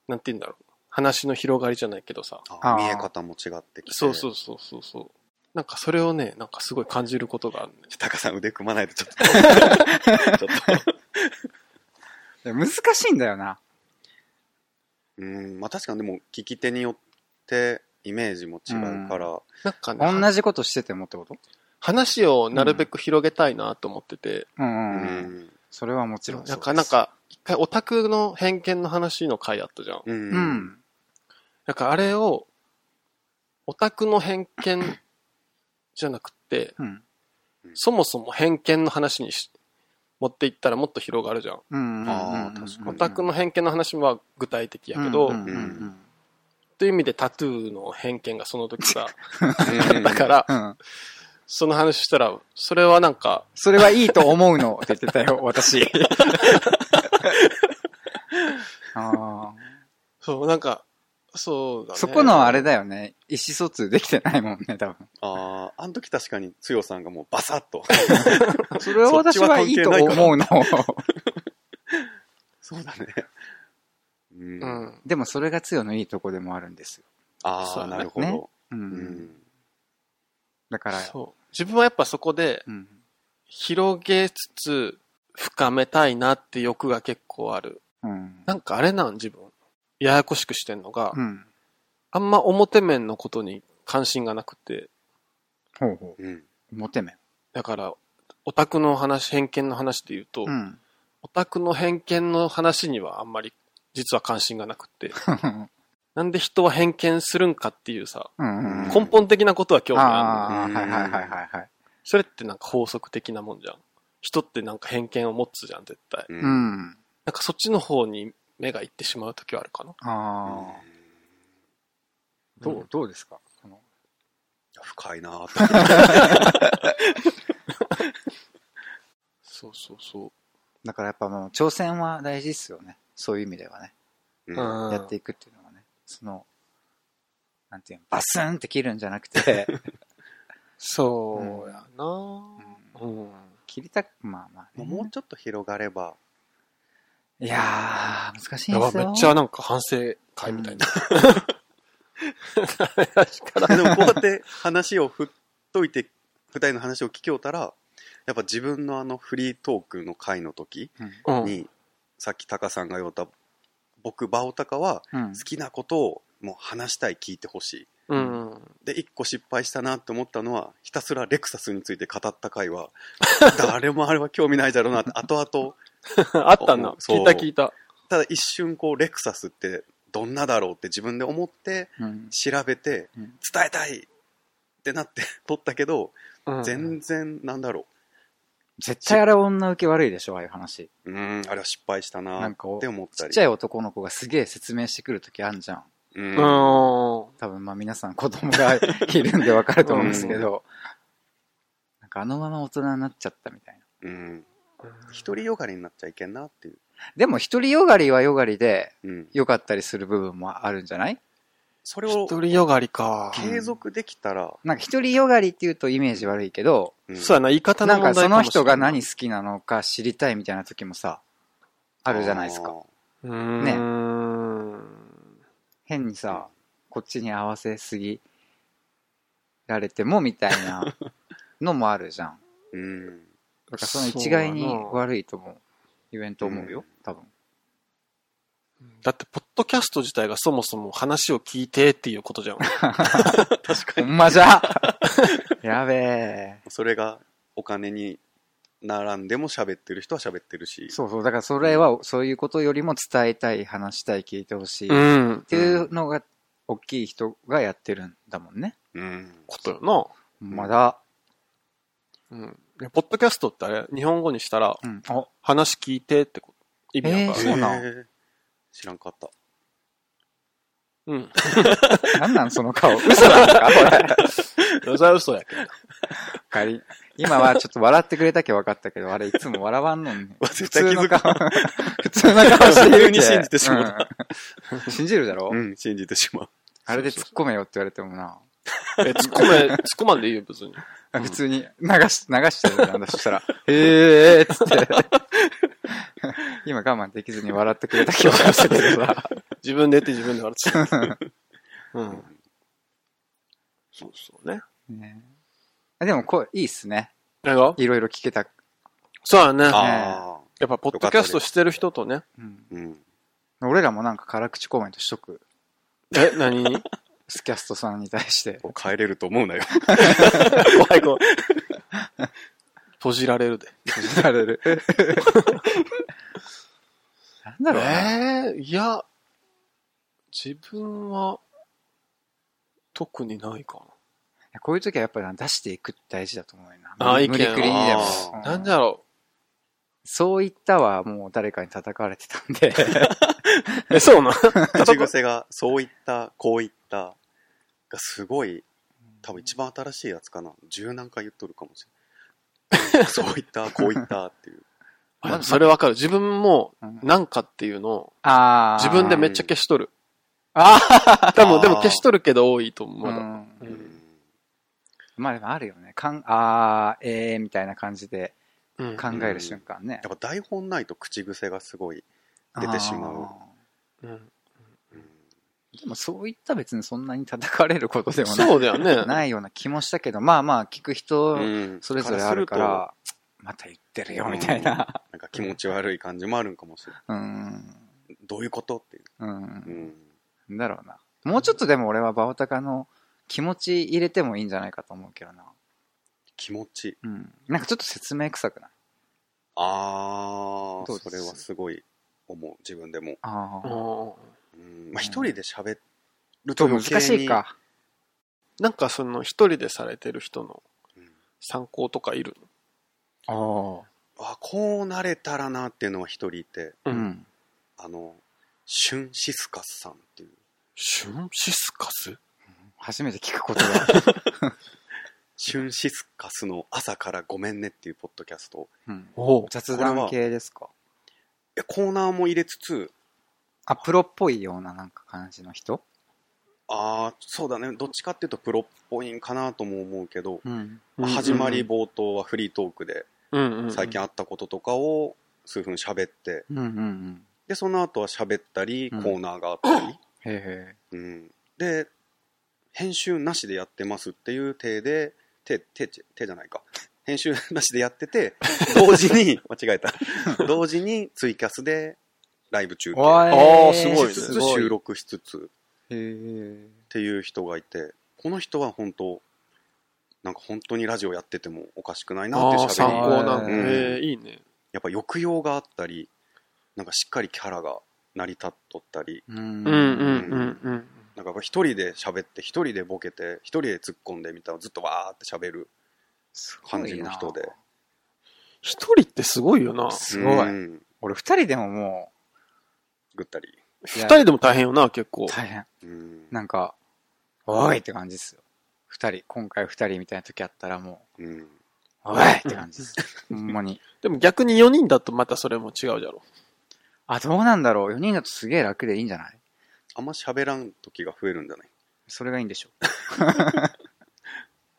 [SPEAKER 3] なんて言うんだろう。話の広がりじゃないけどさ。
[SPEAKER 4] あ
[SPEAKER 2] あー
[SPEAKER 4] 見え方も違ってきて
[SPEAKER 3] そうそうそうそうそう。なんかそれをね、なんかすごい感じることがあるね。
[SPEAKER 4] タカさん腕組まないとち ょっとちょっと
[SPEAKER 2] いや難しいんだよな。
[SPEAKER 4] うんまあ確かにでも聞き手によってイメージも違うから
[SPEAKER 3] なんかね、
[SPEAKER 2] 同じことしててもってこと
[SPEAKER 3] 話をなるべく広げたいなと思ってて、
[SPEAKER 2] うんう
[SPEAKER 4] う
[SPEAKER 2] んうん。
[SPEAKER 4] ん
[SPEAKER 2] それはもちろんそ
[SPEAKER 3] な
[SPEAKER 2] うんです
[SPEAKER 3] か、なん、か、一回オタクの偏見の話の回あったじゃん。
[SPEAKER 4] う
[SPEAKER 2] うんん。
[SPEAKER 3] なんかあれを、オタクの偏見じゃなくて、
[SPEAKER 2] うん。
[SPEAKER 3] そもそも偏見の話にし持っていったらもっと広がるじゃん。
[SPEAKER 2] うん。
[SPEAKER 4] あー確かに
[SPEAKER 3] オタク
[SPEAKER 2] の
[SPEAKER 3] の偏見の話は具体的やけど、
[SPEAKER 2] うんうんうん
[SPEAKER 3] という意味でタトゥーの偏見がその時 さ、
[SPEAKER 4] うん
[SPEAKER 3] だから、
[SPEAKER 2] うん。うん
[SPEAKER 3] その話したら、それはなんか、
[SPEAKER 2] それはいいと思うの って言ってたよ、私。ああ。
[SPEAKER 3] そう、なんか、そうだね。
[SPEAKER 2] そこのあれだよね。意思疎通できてないもんね、多分。
[SPEAKER 4] ああ、あの時確かに、つよさんがもうバサッと。
[SPEAKER 2] それは私はいいと思うの。
[SPEAKER 4] そうだね。う。
[SPEAKER 3] うんん。
[SPEAKER 2] でもそれが強のいいとこでもあるんですよ。
[SPEAKER 4] あ
[SPEAKER 3] そう
[SPEAKER 4] あ、
[SPEAKER 3] だね
[SPEAKER 4] なるほど。
[SPEAKER 2] う。
[SPEAKER 4] うんん。
[SPEAKER 2] だから、
[SPEAKER 3] そう。自分はやっぱそこで、
[SPEAKER 2] うん。
[SPEAKER 3] 広げつつ、深めたいなって欲が結構ある。
[SPEAKER 2] うん。
[SPEAKER 3] なんかあれなん、自分。ややこしくしてんのが、
[SPEAKER 2] うん。
[SPEAKER 3] あんま表面のことに関心がなくて、
[SPEAKER 2] ほうほ
[SPEAKER 4] うん。
[SPEAKER 2] う。モテ面。
[SPEAKER 3] だから、オタクの話、偏見の話で言うと、
[SPEAKER 2] うん。
[SPEAKER 3] オタクの偏見の話にはあんまり実は関心がなくて、 なんで人は偏見するんかっていうさ、
[SPEAKER 2] うん。
[SPEAKER 3] 根本的なことは興味あるの。
[SPEAKER 2] ああ、はいはいはいはいはい。
[SPEAKER 3] それってなんか法則的なもんじゃん。人ってなんか偏見を持つじゃん、絶対。
[SPEAKER 4] う。
[SPEAKER 2] うんん。
[SPEAKER 3] なんかそっちの方に目が行ってしまう時はあるかな。
[SPEAKER 2] ああ。どう、どうですかその
[SPEAKER 4] 深いなーって。
[SPEAKER 3] そうそうそう。
[SPEAKER 2] だからやっぱもう挑戦は大事ですよね。そういう意味ではね。
[SPEAKER 4] うん
[SPEAKER 2] やっていくっていうのはね。その、なんていうの、バスンって切るんじゃなくて、
[SPEAKER 3] そうやな、うん
[SPEAKER 2] 切りたく、まあまあ
[SPEAKER 4] まあ
[SPEAKER 2] ね。
[SPEAKER 4] もうちょっと広がれば、
[SPEAKER 2] いやー、難しいん
[SPEAKER 3] や
[SPEAKER 2] で
[SPEAKER 3] ば、
[SPEAKER 2] すよ。
[SPEAKER 3] めっちゃなんか反省会みたいな。
[SPEAKER 4] でもこうやって話を振っといて、二人の話を聞きよったら、やっぱ自分のあのフリートークの回の時
[SPEAKER 3] うん
[SPEAKER 4] に、さっきタカさんが言った、僕、バオタカは
[SPEAKER 2] うん。
[SPEAKER 4] 好きなことをもう話したい、聞いてほしい。
[SPEAKER 3] うん。
[SPEAKER 4] で、一個失敗したなって思ったのは、ひたすらレクサスについて語った回は、誰もあれは興味ないだろうなって、後々、
[SPEAKER 3] あったな。
[SPEAKER 4] そう
[SPEAKER 3] 聞いた聞いた。
[SPEAKER 4] ただ一瞬こう、レクサスってどんなだろうって自分で思って、
[SPEAKER 2] うん。
[SPEAKER 4] 調べて、
[SPEAKER 2] うん
[SPEAKER 4] 伝えたいってなって 撮ったけど、
[SPEAKER 3] うん
[SPEAKER 4] 全然なんだろ
[SPEAKER 2] 絶対あれ女受け悪いでしょ、ああいう話。
[SPEAKER 4] う。うん、あれは失敗したな
[SPEAKER 2] なん
[SPEAKER 4] っ
[SPEAKER 2] かお
[SPEAKER 4] て思った
[SPEAKER 2] ちっ
[SPEAKER 4] り。
[SPEAKER 2] ちゃい男の子がすげえ説明してくるときあんじゃん。
[SPEAKER 4] うん
[SPEAKER 3] うん。
[SPEAKER 2] 多分まあ皆さん子供がいるんでわかると思うんですけど、なんかあのまま大人になっちゃったみたいな。
[SPEAKER 4] うん。独りよがりになっちゃいけんなっていう。
[SPEAKER 2] でも一人よがりはよがりで、
[SPEAKER 4] うん。
[SPEAKER 2] 良かったりする部分もあるんじゃない
[SPEAKER 4] それを
[SPEAKER 3] 独りよがりか。
[SPEAKER 4] 継続できたら、
[SPEAKER 2] なんか一人よがりっていうとイメージ悪いけど、
[SPEAKER 4] うん
[SPEAKER 3] そうやな、言い方の
[SPEAKER 2] なん
[SPEAKER 3] 問題
[SPEAKER 2] かその人が
[SPEAKER 3] もし
[SPEAKER 2] 何好きなのか知りたいみたいな時もさ、あるじゃないですか。。
[SPEAKER 3] れないう
[SPEAKER 2] ね
[SPEAKER 3] ーん。
[SPEAKER 2] 変にさ、こっちに合わせすぎられてもみたい なのもあるじゃん。
[SPEAKER 4] うん。
[SPEAKER 2] だからその一概に悪いとも言えんと思うよ、多分。
[SPEAKER 3] だって、ポッドキャスト自体がそもそも話を聞いてっていうことじゃん。
[SPEAKER 2] ほんまじゃ やべえ。
[SPEAKER 4] それがお金に並んでも喋ってる人は喋ってるし。
[SPEAKER 2] そうそう、だからそれは、そういうことよりも伝えたい、話したい、聞いてほしい。
[SPEAKER 3] ん
[SPEAKER 2] っ。ていうのが大きい人がやってるんだもんね。
[SPEAKER 4] うん。
[SPEAKER 3] ことよ
[SPEAKER 2] まだ、
[SPEAKER 3] な。うん。いやポッドキャストってあれ、日本語にしたら、
[SPEAKER 2] うん、お、
[SPEAKER 3] 話聞いてってこと意味だか
[SPEAKER 2] あ
[SPEAKER 3] ら。
[SPEAKER 2] そうなん
[SPEAKER 4] へー知らんかった。
[SPEAKER 3] うん。
[SPEAKER 2] なんなんその顔。嘘なんですかこれ。
[SPEAKER 3] 嘘は嘘やけど。
[SPEAKER 2] 仮に今はちょっと笑ってくれたけ分かったけど、あれいつも笑わんのに。
[SPEAKER 4] 絶対気づかん
[SPEAKER 2] 普通の顔。普通の顔してるけ
[SPEAKER 4] 普通に信じてしまった
[SPEAKER 2] うん信じるだろ、
[SPEAKER 4] うん、信じてしまう。
[SPEAKER 2] あれで突っ込めよって言われてもな。
[SPEAKER 3] え、突っ込め、突っ込まんでいいよ、別に。
[SPEAKER 2] 普通に流し、流してるなんだそした ら、へえーっつって。今我慢できずに笑ってくれた気が したけどさ。
[SPEAKER 3] 自分で言って自分で笑ってた。うん。そうそうね。
[SPEAKER 2] ねあでもこう、いいっすね。
[SPEAKER 3] 何が
[SPEAKER 2] いろいろ聞けた。
[SPEAKER 3] そうやね。や
[SPEAKER 4] ああ。
[SPEAKER 3] っぱ、ポッドキャストしてる人とね。
[SPEAKER 2] うん
[SPEAKER 4] うん。
[SPEAKER 2] 俺らもなんか辛口コメントしとく。
[SPEAKER 3] え、何に
[SPEAKER 2] スキャストさんに対 して。
[SPEAKER 4] こう帰れると思うなよ。
[SPEAKER 3] 怖い怖い。閉じられるで。
[SPEAKER 2] 閉じられる。なんだろうね。
[SPEAKER 3] ええいや、自分は、特にないか
[SPEAKER 2] こういう時はやっぱり出していくって大事だと思うよな。
[SPEAKER 3] あー
[SPEAKER 2] 無理
[SPEAKER 3] 意見
[SPEAKER 2] くりにでも
[SPEAKER 4] あ。
[SPEAKER 3] な。なん
[SPEAKER 2] うん
[SPEAKER 3] だろ
[SPEAKER 2] そう言ったはもう誰かに叩かれてたん で。
[SPEAKER 3] う。え、そうな。
[SPEAKER 4] 口癖が、そういった、こういった、がすごい、多分一番新しいやつかな。十何回言っとるかもしれない。 そういった、こういったっていう。
[SPEAKER 3] あでもそれわかる。自分も
[SPEAKER 2] うん、
[SPEAKER 3] なんかっていうのを、
[SPEAKER 2] ああ。
[SPEAKER 3] 自分でめっちゃ消しとる。
[SPEAKER 2] あ
[SPEAKER 3] 多分、でも消しとるけど多いと思う。
[SPEAKER 2] あ、う
[SPEAKER 3] まだ
[SPEAKER 2] ん。
[SPEAKER 3] う
[SPEAKER 4] うん
[SPEAKER 3] ん。
[SPEAKER 2] まあでもあるよね。かん、あー、えー、みたいな感じで
[SPEAKER 3] うん
[SPEAKER 2] 考える瞬間ね
[SPEAKER 4] や。っぱ台本ないと口癖がすごい。出てしまう
[SPEAKER 2] あ
[SPEAKER 3] うん
[SPEAKER 2] ー。でもそういった別にそんなに叩かれることでもない
[SPEAKER 3] そうだよね。
[SPEAKER 2] ないような気もしたけど、まあまあ聞く人
[SPEAKER 4] うん
[SPEAKER 2] それぞれあるから、また言ってるよみたいな。
[SPEAKER 4] なんか気持ち悪い感じもあるんかもしれ
[SPEAKER 2] う
[SPEAKER 4] な
[SPEAKER 2] ん。
[SPEAKER 4] い。どういうことっていう。
[SPEAKER 2] う。
[SPEAKER 4] うんん。
[SPEAKER 2] だろうな。もうちょっとでも俺はバオタカの気持ち入れてもいいんじゃないかと思うけどな。
[SPEAKER 4] 気持ち。
[SPEAKER 2] うん。なんかちょっと説明臭くない
[SPEAKER 4] あ
[SPEAKER 2] どうで
[SPEAKER 4] あ、
[SPEAKER 2] す
[SPEAKER 4] それはすごい思う、自分でも。
[SPEAKER 2] あ
[SPEAKER 3] う
[SPEAKER 2] あ。
[SPEAKER 3] ん
[SPEAKER 4] うんまあ、一人で喋る
[SPEAKER 2] ちょ
[SPEAKER 4] と
[SPEAKER 2] っと
[SPEAKER 4] 余計に
[SPEAKER 2] 難しい。か。
[SPEAKER 3] なんかその一人でされてる人の
[SPEAKER 4] うん
[SPEAKER 3] 参考とかいる
[SPEAKER 2] ああ。
[SPEAKER 4] あこうなれたらなっていうのは一人いて、
[SPEAKER 3] う。
[SPEAKER 2] うんん。
[SPEAKER 4] あの、シュン・シスカスさんっていう。
[SPEAKER 3] シュンシスカス
[SPEAKER 2] 初めて聞くことだ。
[SPEAKER 4] シュン・シスカスの朝からごめんねっていうポッドキャスト。
[SPEAKER 2] うん。
[SPEAKER 3] お
[SPEAKER 2] 雑談系ですか
[SPEAKER 4] いやコーナーも入れつつ、
[SPEAKER 2] あ、プロっぽいようななんか感じの人
[SPEAKER 4] ああ、そうだね。どっちかっていうとプロっぽいんかなとも思うけど、
[SPEAKER 2] うん。
[SPEAKER 4] まあ始まり、冒頭はフリートークで、
[SPEAKER 3] うんうんうん、
[SPEAKER 4] 最近あったこととかを数分喋って、
[SPEAKER 2] うんうんうん。
[SPEAKER 4] で、その後は喋ったり、コ
[SPEAKER 2] うん
[SPEAKER 4] ーナーがあったり、
[SPEAKER 2] へえ。
[SPEAKER 4] うん、で、編集なしでやってますっていう体で、手、手、手じゃないか。編集なしでやっ てて、同時に、間違えた。同時にツイキャスでライブ中継
[SPEAKER 2] わ
[SPEAKER 3] あー
[SPEAKER 2] え
[SPEAKER 3] すごいね
[SPEAKER 4] しつつ収録しつつ
[SPEAKER 2] へえ。
[SPEAKER 4] っていう人がいて、この人は本当、なんか本当にラジオやっててもおかしくないなって
[SPEAKER 3] ああ、参
[SPEAKER 4] 喋り
[SPEAKER 2] あー
[SPEAKER 3] 考なんだ。
[SPEAKER 2] うん
[SPEAKER 3] ええいいね。
[SPEAKER 4] やっぱ抑揚があったり、なんかしっかりキャラが成り立っとったり、
[SPEAKER 2] うん
[SPEAKER 3] うんうんうんうん。
[SPEAKER 4] なんかやっぱ一人で喋って、一人でボケて、一人で突っ込んでみたらずっとわーって喋る
[SPEAKER 2] すごい
[SPEAKER 4] 感
[SPEAKER 2] な
[SPEAKER 4] じの人で。
[SPEAKER 3] 一人ってすごいよな。
[SPEAKER 2] すご
[SPEAKER 4] う
[SPEAKER 2] い。
[SPEAKER 4] ん
[SPEAKER 2] 俺二人でもも
[SPEAKER 4] ぐったり。
[SPEAKER 2] い
[SPEAKER 3] 二
[SPEAKER 2] や
[SPEAKER 3] 人でも大変よな、結構
[SPEAKER 2] う。大変。
[SPEAKER 4] うん
[SPEAKER 2] なんか、おいって感じですよ。二人、今回二人みたいな時あったらも
[SPEAKER 4] うん
[SPEAKER 2] う、おいって感じ です。ほんまに。
[SPEAKER 3] でも逆に4人だとまたそれも違うじゃろ。
[SPEAKER 2] あ、どうなんだろう。4人だとすげえ楽でいいんじゃない
[SPEAKER 4] あんま喋らん時が増えるんじゃない
[SPEAKER 2] それがいいんでしょ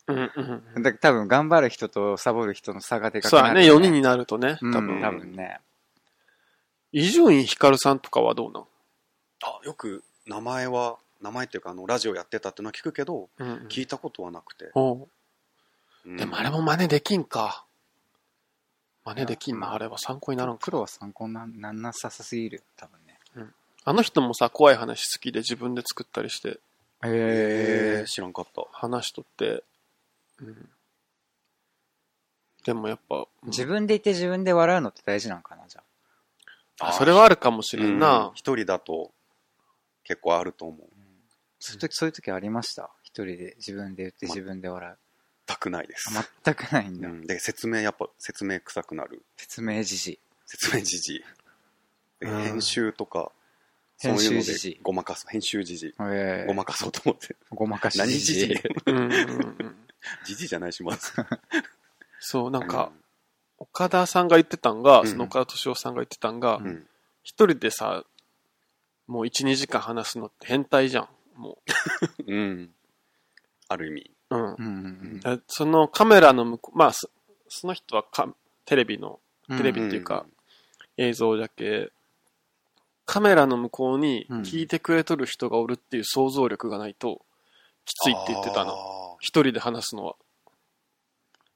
[SPEAKER 3] うんうん
[SPEAKER 2] う。だ多分頑張る人とサボる人の差がでかく
[SPEAKER 3] そう
[SPEAKER 2] な
[SPEAKER 3] だ
[SPEAKER 2] る、
[SPEAKER 3] ね、4人になるとね、多
[SPEAKER 2] 多分、
[SPEAKER 3] 分。
[SPEAKER 2] 多分ね。
[SPEAKER 3] 伊集院光さんとかはどうな
[SPEAKER 4] あ、よく名前は、名前っていうかあの、ラジオやってたっていうのは聞くけど、
[SPEAKER 3] のうん
[SPEAKER 4] 聞いたことはなくて。
[SPEAKER 3] おう
[SPEAKER 4] うん
[SPEAKER 3] でもあれも真似できんか。真似できん
[SPEAKER 2] ま
[SPEAKER 3] な、
[SPEAKER 2] あ
[SPEAKER 3] あれは参考にならんか。
[SPEAKER 2] 黒は参考になんなんなさすぎる。多分ね。
[SPEAKER 3] あの人もさ、怖い話好きで自分で作ったりして
[SPEAKER 4] え
[SPEAKER 2] え
[SPEAKER 4] ー、知らんかった。
[SPEAKER 3] 話しとって、うん。でもやっぱ、うん
[SPEAKER 2] 自分でいて自分で笑うのって大事なんかな、じゃあ。
[SPEAKER 3] あそれはあるかもしれん
[SPEAKER 4] うん
[SPEAKER 3] な。
[SPEAKER 4] 一人だと結構あると思う。
[SPEAKER 2] そういう時、そういう時ありました一人で自分で言って自分で笑う。
[SPEAKER 4] たくないです。
[SPEAKER 2] あ全くないんだ。
[SPEAKER 4] うんで、説明やっぱ、説明臭くなる。
[SPEAKER 2] 説明じじい。
[SPEAKER 4] 説明じじい。で
[SPEAKER 3] うん
[SPEAKER 4] 編集とか、そ
[SPEAKER 2] 編
[SPEAKER 4] ういう
[SPEAKER 2] 集
[SPEAKER 4] の
[SPEAKER 2] じじい
[SPEAKER 4] でごまかす。編集じじい。
[SPEAKER 2] ええ
[SPEAKER 4] ごまかそうと思って。
[SPEAKER 2] ごまかし
[SPEAKER 4] 何
[SPEAKER 2] じ
[SPEAKER 4] じ
[SPEAKER 2] じ
[SPEAKER 4] じ
[SPEAKER 2] い
[SPEAKER 4] い
[SPEAKER 3] うんうんうん
[SPEAKER 4] じじいじゃないします。
[SPEAKER 3] そう、なんか、
[SPEAKER 4] う
[SPEAKER 3] 岡田さんが言ってたんが、
[SPEAKER 4] うん
[SPEAKER 3] その岡田敏夫さんが言ってたんが
[SPEAKER 4] ん、うん。
[SPEAKER 3] 一人でさ、もう1、2時間話すのって変態じゃん。も
[SPEAKER 4] うん。ある意味。
[SPEAKER 3] う。うん。
[SPEAKER 2] うんうん
[SPEAKER 3] だそのカメラの向こう、まあ、そその人はかテレビの、
[SPEAKER 2] うん。
[SPEAKER 3] テレビっていうか、映像じゃけ、カメラの向こうに
[SPEAKER 2] うん
[SPEAKER 3] 聞いてくれとる人がおるっていう想像力がないと、きついって言ってた
[SPEAKER 4] あ
[SPEAKER 3] の。一人で話すのは。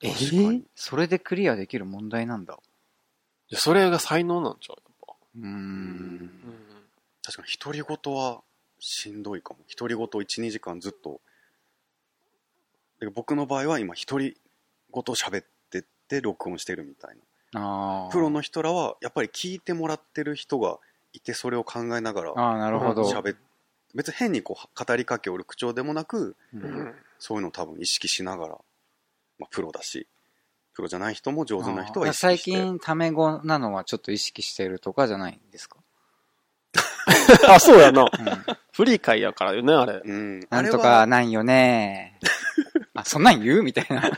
[SPEAKER 2] え
[SPEAKER 4] 確かに
[SPEAKER 2] それでクリアできる問題なんだ。
[SPEAKER 3] いやそれが才能なんちゃうやっ
[SPEAKER 2] うー。
[SPEAKER 4] ー。うんん
[SPEAKER 3] ぱ。
[SPEAKER 4] 確かに独り言はしんどいかも。独り言を1、2時間ずっと。で僕の場合は今独り言喋ってって録音してるみたいな。
[SPEAKER 2] ああ。
[SPEAKER 4] プロの人らはやっぱり聞いてもらってる人がいてそれを考えながら
[SPEAKER 2] ああ、なるほど。
[SPEAKER 4] 喋っ別に変にこう語りかけおる口調でもなく
[SPEAKER 2] う
[SPEAKER 3] うん
[SPEAKER 2] ん
[SPEAKER 4] そういうのを多分意識しながら、まあ、プロだしプロじゃない人も上手な人は
[SPEAKER 2] あ
[SPEAKER 4] 意
[SPEAKER 2] あ
[SPEAKER 4] 識して
[SPEAKER 2] 最近、タメ語なのはちょっと意識してるとかじゃないん ですか、
[SPEAKER 3] あ、そうやな。
[SPEAKER 2] うん、
[SPEAKER 3] フリー会やからよね、あれ。
[SPEAKER 4] うん、あ
[SPEAKER 2] な
[SPEAKER 4] れ
[SPEAKER 2] ん
[SPEAKER 4] は
[SPEAKER 2] とかなんよ ねあ、そんなん言うみたいな。